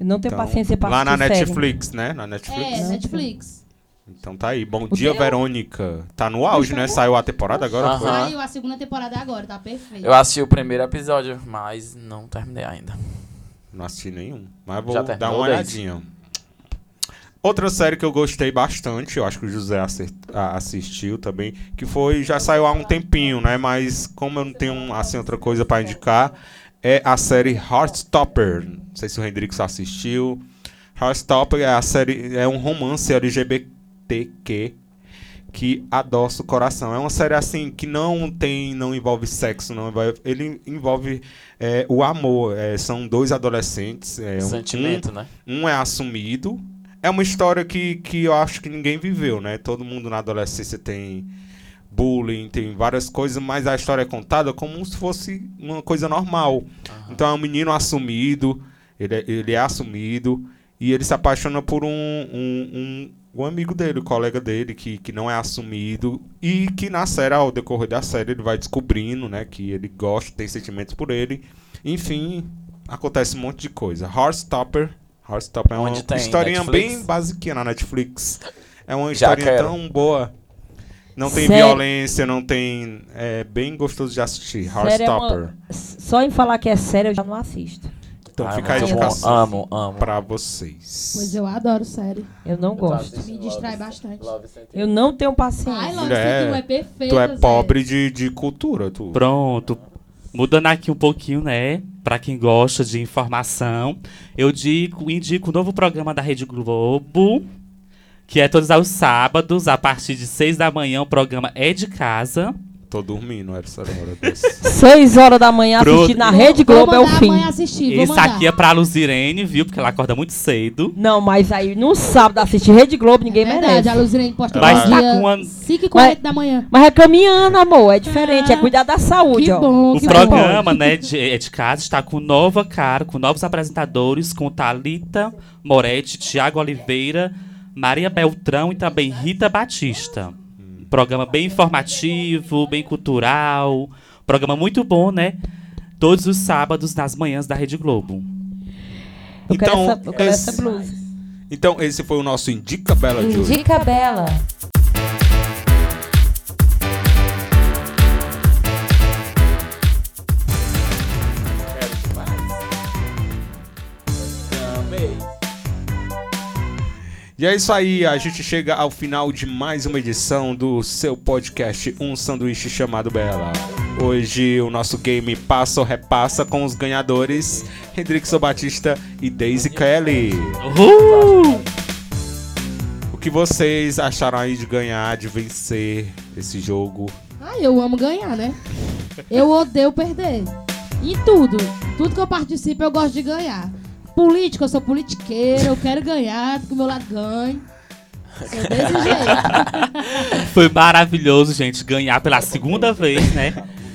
Eu não tenho Então, paciência pra lá na assistir série. Netflix, né? Na Netflix. É, Netflix. Então tá aí. Bom dia, teu- Verônica. Tá no auge, né? Saiu a temporada agora. Aham. foi? Saiu a segunda temporada agora, tá perfeito. Eu assisti o primeiro episódio, mas não terminei ainda. Não assisti nenhum. Mas vou Já dar uma terminou, Deise? olhadinha. Outra série que eu gostei bastante, eu acho que o José acert- a- assistiu também, que foi, já saiu há um tempinho, né? Mas como eu não tenho assim outra coisa pra indicar, é a série Heartstopper. Não sei se o Hendrix assistiu. Heartstopper é a série é um romance LGBTQ que adoça o coração. É uma série assim que não tem, não envolve sexo, não envolve, ele envolve é, o amor. É, são dois adolescentes. É, um- Sentimento, né? um é assumido. É uma história que, que eu acho que ninguém viveu, né? Todo mundo na adolescência tem bullying, tem várias coisas, mas a história é contada como se fosse uma coisa normal. Então é um menino assumido, ele é, ele é assumido, e ele se apaixona por um, um, um, um amigo dele, um colega dele, que, que não é assumido, e que na série, ao decorrer da série, ele vai descobrindo, né, que ele gosta, tem sentimentos por ele. Enfim, acontece um monte de coisa. Heartstopper. Heartstopper é uma Onde tem historinha Netflix? bem basiquinha na Netflix. É uma Já historinha quero. tão boa. Não tem Sério? violência, não tem. É bem gostoso de assistir. Série é uma- Heartstopper. S- Só em falar que é sério, eu já não assisto. Então Ah, fica a muito bom. indicação Amo, amo. pra vocês. Pois eu adoro série. Eu Tá não gosto. Me distrai bastante. Eu não tenho Ai, paciência. Lopes, Mulher, tu é perfeito. Tu é pobre de, de cultura, tu. Pronto. Mudando aqui um pouquinho, né? Pra quem gosta de informação, eu digo, indico o novo programa da Rede Globo, que é todos aos sábados, a partir de seis da manhã, o programa é de casa. Tô dormindo, era essa hora dessa. Seis horas da manhã assistir na Rede Globo é o fim. Vou mandar a mãe assistir, vou Esse mandar. aqui é pra Luzirene, viu? Porque ela acorda muito cedo. Não, mas aí no sábado assistir Rede Globo ninguém É Verdade, merece. a Luzirene posta Mas todo tá dia, com uma- 5h40 da manhã. Mas é caminhando, amor. É diferente. É Ah, cuidar da saúde, Que ó. bom, O que programa, né, de, é de casa está com nova cara, com novos apresentadores, com Thalita Moretti, Tiago Oliveira, Maria Beltrão e também Rita Batista. Programa bem informativo, bem cultural. Programa muito bom, né? Todos os sábados, nas manhãs da Rede Globo. Eu quero, Então, essa, eu quero esse- essa blusa. Então, esse foi o nosso Indica Bela de hoje. Indica Bela. E é isso aí, a gente chega ao final de mais uma edição do seu podcast Um Sanduíche Chamado Bela. Hoje o nosso game passa ou repassa com os ganhadores Hendrickson Batista e Daisy Kelly. Uhul! O que vocês acharam aí de ganhar, de vencer esse jogo? Ah, eu amo ganhar, né? Eu odeio perder. Em tudo. Tudo que eu participo, eu gosto de ganhar. Política, eu sou politiqueira, eu quero ganhar, que o meu lado ganhe. Sou desse jeito. Foi maravilhoso, gente, ganhar pela segunda vez, né?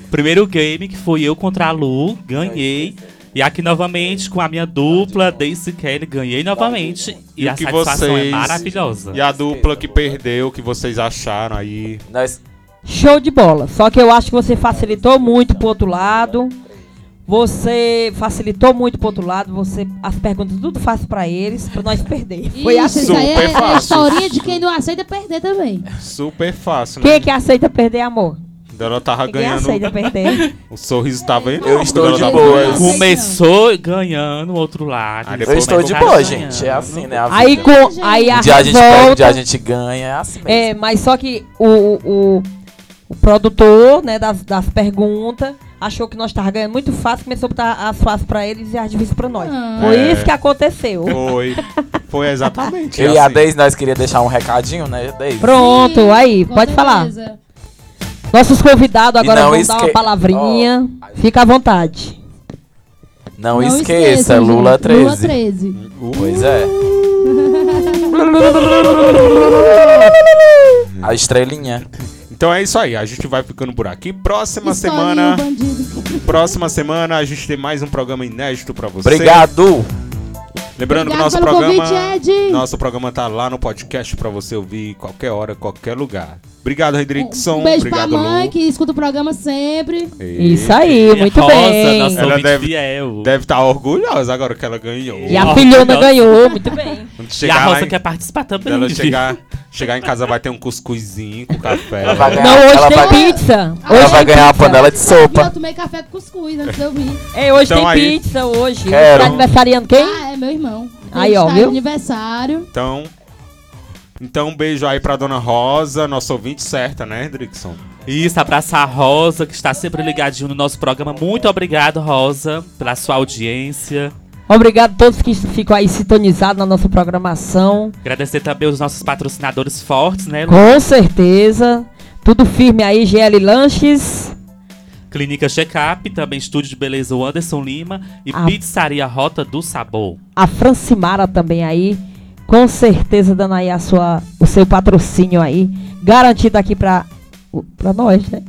Primeiro game que foi eu contra a Lu, ganhei. E aqui novamente com a minha dupla, Daisy Kelly, ganhei novamente. E, E o a que satisfação é vocês- maravilhosa. E a dupla que perdeu, que vocês acharam aí. Nós, Show de bola. Só que eu acho que você facilitou muito pro outro lado. Você facilitou muito pro outro lado. Você as perguntas tudo faz pra eles, pra nós perder. Foi Ixi, assim. Isso aí é, Super é fácil. historinha de quem não aceita perder também. Super fácil, né? Quem é que aceita perder, amor? Ainda ela tava Tá Ninguém ganhando. aceita perder. O sorriso tava enorme. Eu estou quando de ela tava boa. ganhando. um Começou ganhando o outro lado. Ah, mas depois eu estou de tá boa, ganhando. gente. É assim, né? A Aí, vida. com, aí a Um dia a gente perde, um dia a revolta- gente ganha. É assim mesmo. É, mas só que o, o, o- o produtor, né, das, das perguntas, achou que nós tava ganhando muito fácil, começou a botar as fáceis pra eles e as difíceis pra nós. Ah. Foi É. isso que aconteceu. Foi. Foi exatamente. Eu assim. e a Deise, nós queríamos deixar um recadinho, né, Deise? Pronto, Sim, aí, com pode falar. certeza. Nossos convidados agora E não vão dar uma esque- palavrinha. Fica à vontade. Não, Não esqueça, esqueçam, Lula gente. 13. Lula 13. Pois é. a estrelinha. Então é isso aí. A gente vai ficando por aqui. Próxima Historinha, semana. o bandido. Próxima semana a gente tem mais um programa inédito pra você. Obrigado. Lembrando Obrigado que nosso pelo programa. convite, Ed. Nosso programa tá lá no podcast pra você ouvir qualquer hora, qualquer lugar. Obrigado, Redrickson. Um beijo Obrigado, pra mãe Lu. que escuta o programa sempre. E- Isso aí, muito Rosa, bem. Nossa Ela ouvinte deve- fiel. Deve estar orgulhosa agora que ela ganhou. E a Nossa, filhona nossa. ganhou, muito bem. Quando E a é chegar lá, Rosa em- quer participar também. ela viu? chegar, chegar em casa vai ter um cuscuzinho com café. Ela vai ganhar, Não, hoje ela tem vai, pizza. Hoje ela vai tem ganhar uma pizza. panela de E eu sopa. tomei café com cuscuz antes de eu vir. É, hoje Então tem aí. pizza, hoje. Hoje Quero. Tá aniversariando quem? Ah, é meu irmão. Aí, ó, Está de viu? aniversário. Então, então um beijo aí pra Dona Rosa, nossa ouvinte certa, né, Hendrickson? Isso, abraçar a Rosa, que está sempre ligadinho no nosso programa. Muito obrigado, Rosa, pela sua audiência. Obrigado a todos que ficam aí sintonizados na nossa programação. Agradecer também os nossos patrocinadores fortes, né? É Lu? Com certeza. Tudo firme aí, GL Lanches. Clínica Checkup, também Estúdio de Beleza o Anderson Lima e Ah. Pizzaria Rota do Sabor. A Francimara também aí. Com certeza dando aí a sua, o seu patrocínio aí. Garantido aqui pra, o- pra nós, né?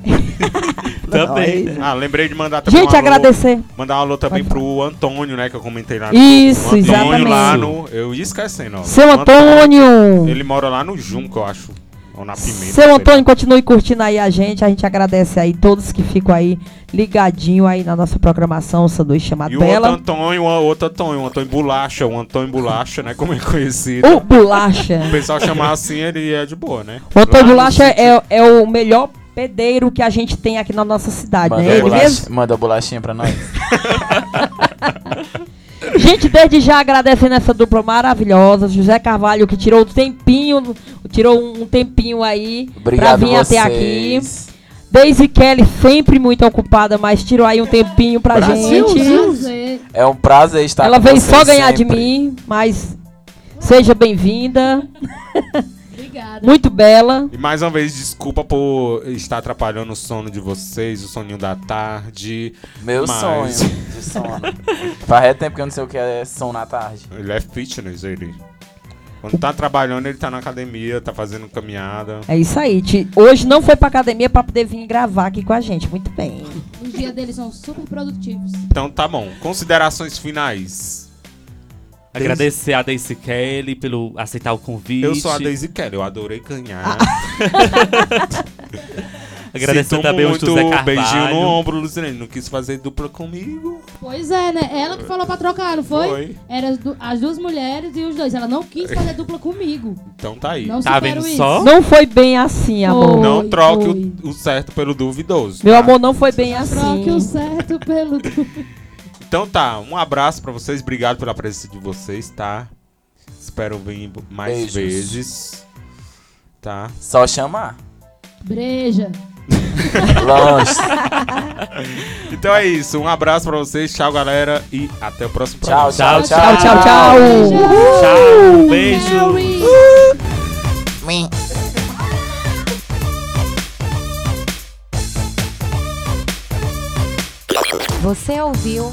Pra Também, nós. Ah, lembrei de mandar também Gente, um Tá alô- agradecer. Mandar um alô também Pode pro Antônio, né, que eu comentei lá. Isso, o Antônio exatamente. lá no... Eu ia esquecendo, ó. Seu O Antônio. Ele é mora lá no Junco, eu acho. Ou na Pimenta. sei Seu lá. Antônio, continue curtindo aí a gente. A gente agradece aí todos que ficam aí ligadinho aí na nossa programação, o sanduíche chamado E o outro Bela. Antônio, o outro Antônio, o Antônio Bolacha, o Antônio Bolacha, né, como é conhecido. O Bolacha. O pessoal chamar assim, ele é de boa, né? O Antônio Lá no Bolacha sítio. é, é o melhor pedeiro que a gente tem aqui na nossa cidade, Manda, né? Ele é bolacha- mesmo. manda bolachinha pra nós. Gente, desde já agradecendo essa dupla maravilhosa, José Carvalho, que tirou o tempinho, tirou um tempinho aí Obrigado pra vir vocês. até aqui. Daisy Kelly, sempre muito ocupada, mas tirou aí um tempinho pra Brasil, gente. Prazer. É um prazer estar Ela com veio vocês só ganhar de sempre. mim, mas seja bem-vinda. Obrigada. Muito bela. E mais uma vez, desculpa por estar atrapalhando o sono de vocês, o soninho da tarde. Meu Mas- sonho de sono. Faz tempo que eu não sei o que é sono na tarde. Ele é fitness, ele. Quando tá trabalhando, ele tá na academia, tá fazendo caminhada. É isso aí. Ti- Hoje não foi pra academia pra poder vir gravar aqui com a gente. Muito bem. Os dias deles são super produtivos. Então tá bom. Considerações finais. Agradecer a Daisy Kelly pelo aceitar o convite. Eu sou a Daisy Kelly, eu adorei ganhar. Ah, Agradecer Sinto também muito, Um o José Carvalho. Beijinho no ombro, Lucilene. Não quis fazer dupla comigo. Pois é, né? Ela que falou pra trocar, não foi? Foi. Era as, du- as duas mulheres e os dois. Ela não quis fazer dupla comigo. Então tá aí. Não Tá supero vendo isso. só? Não foi bem assim, amor. Não Foi, troque foi. o, o certo pelo duvidoso. Meu tá? amor, não foi bem Troque o assim. certo pelo. Então tá, um abraço pra vocês, obrigado pela presença de vocês, tá? Espero vir mais Beijos. vezes. Tá? Só chamar. Breja. Lanche. Então é isso, um abraço pra vocês, tchau galera e até o próximo Tchau, programa. tchau, tchau. Tchau, tchau, tchau. Tchau, um beijo. Harry. Você ouviu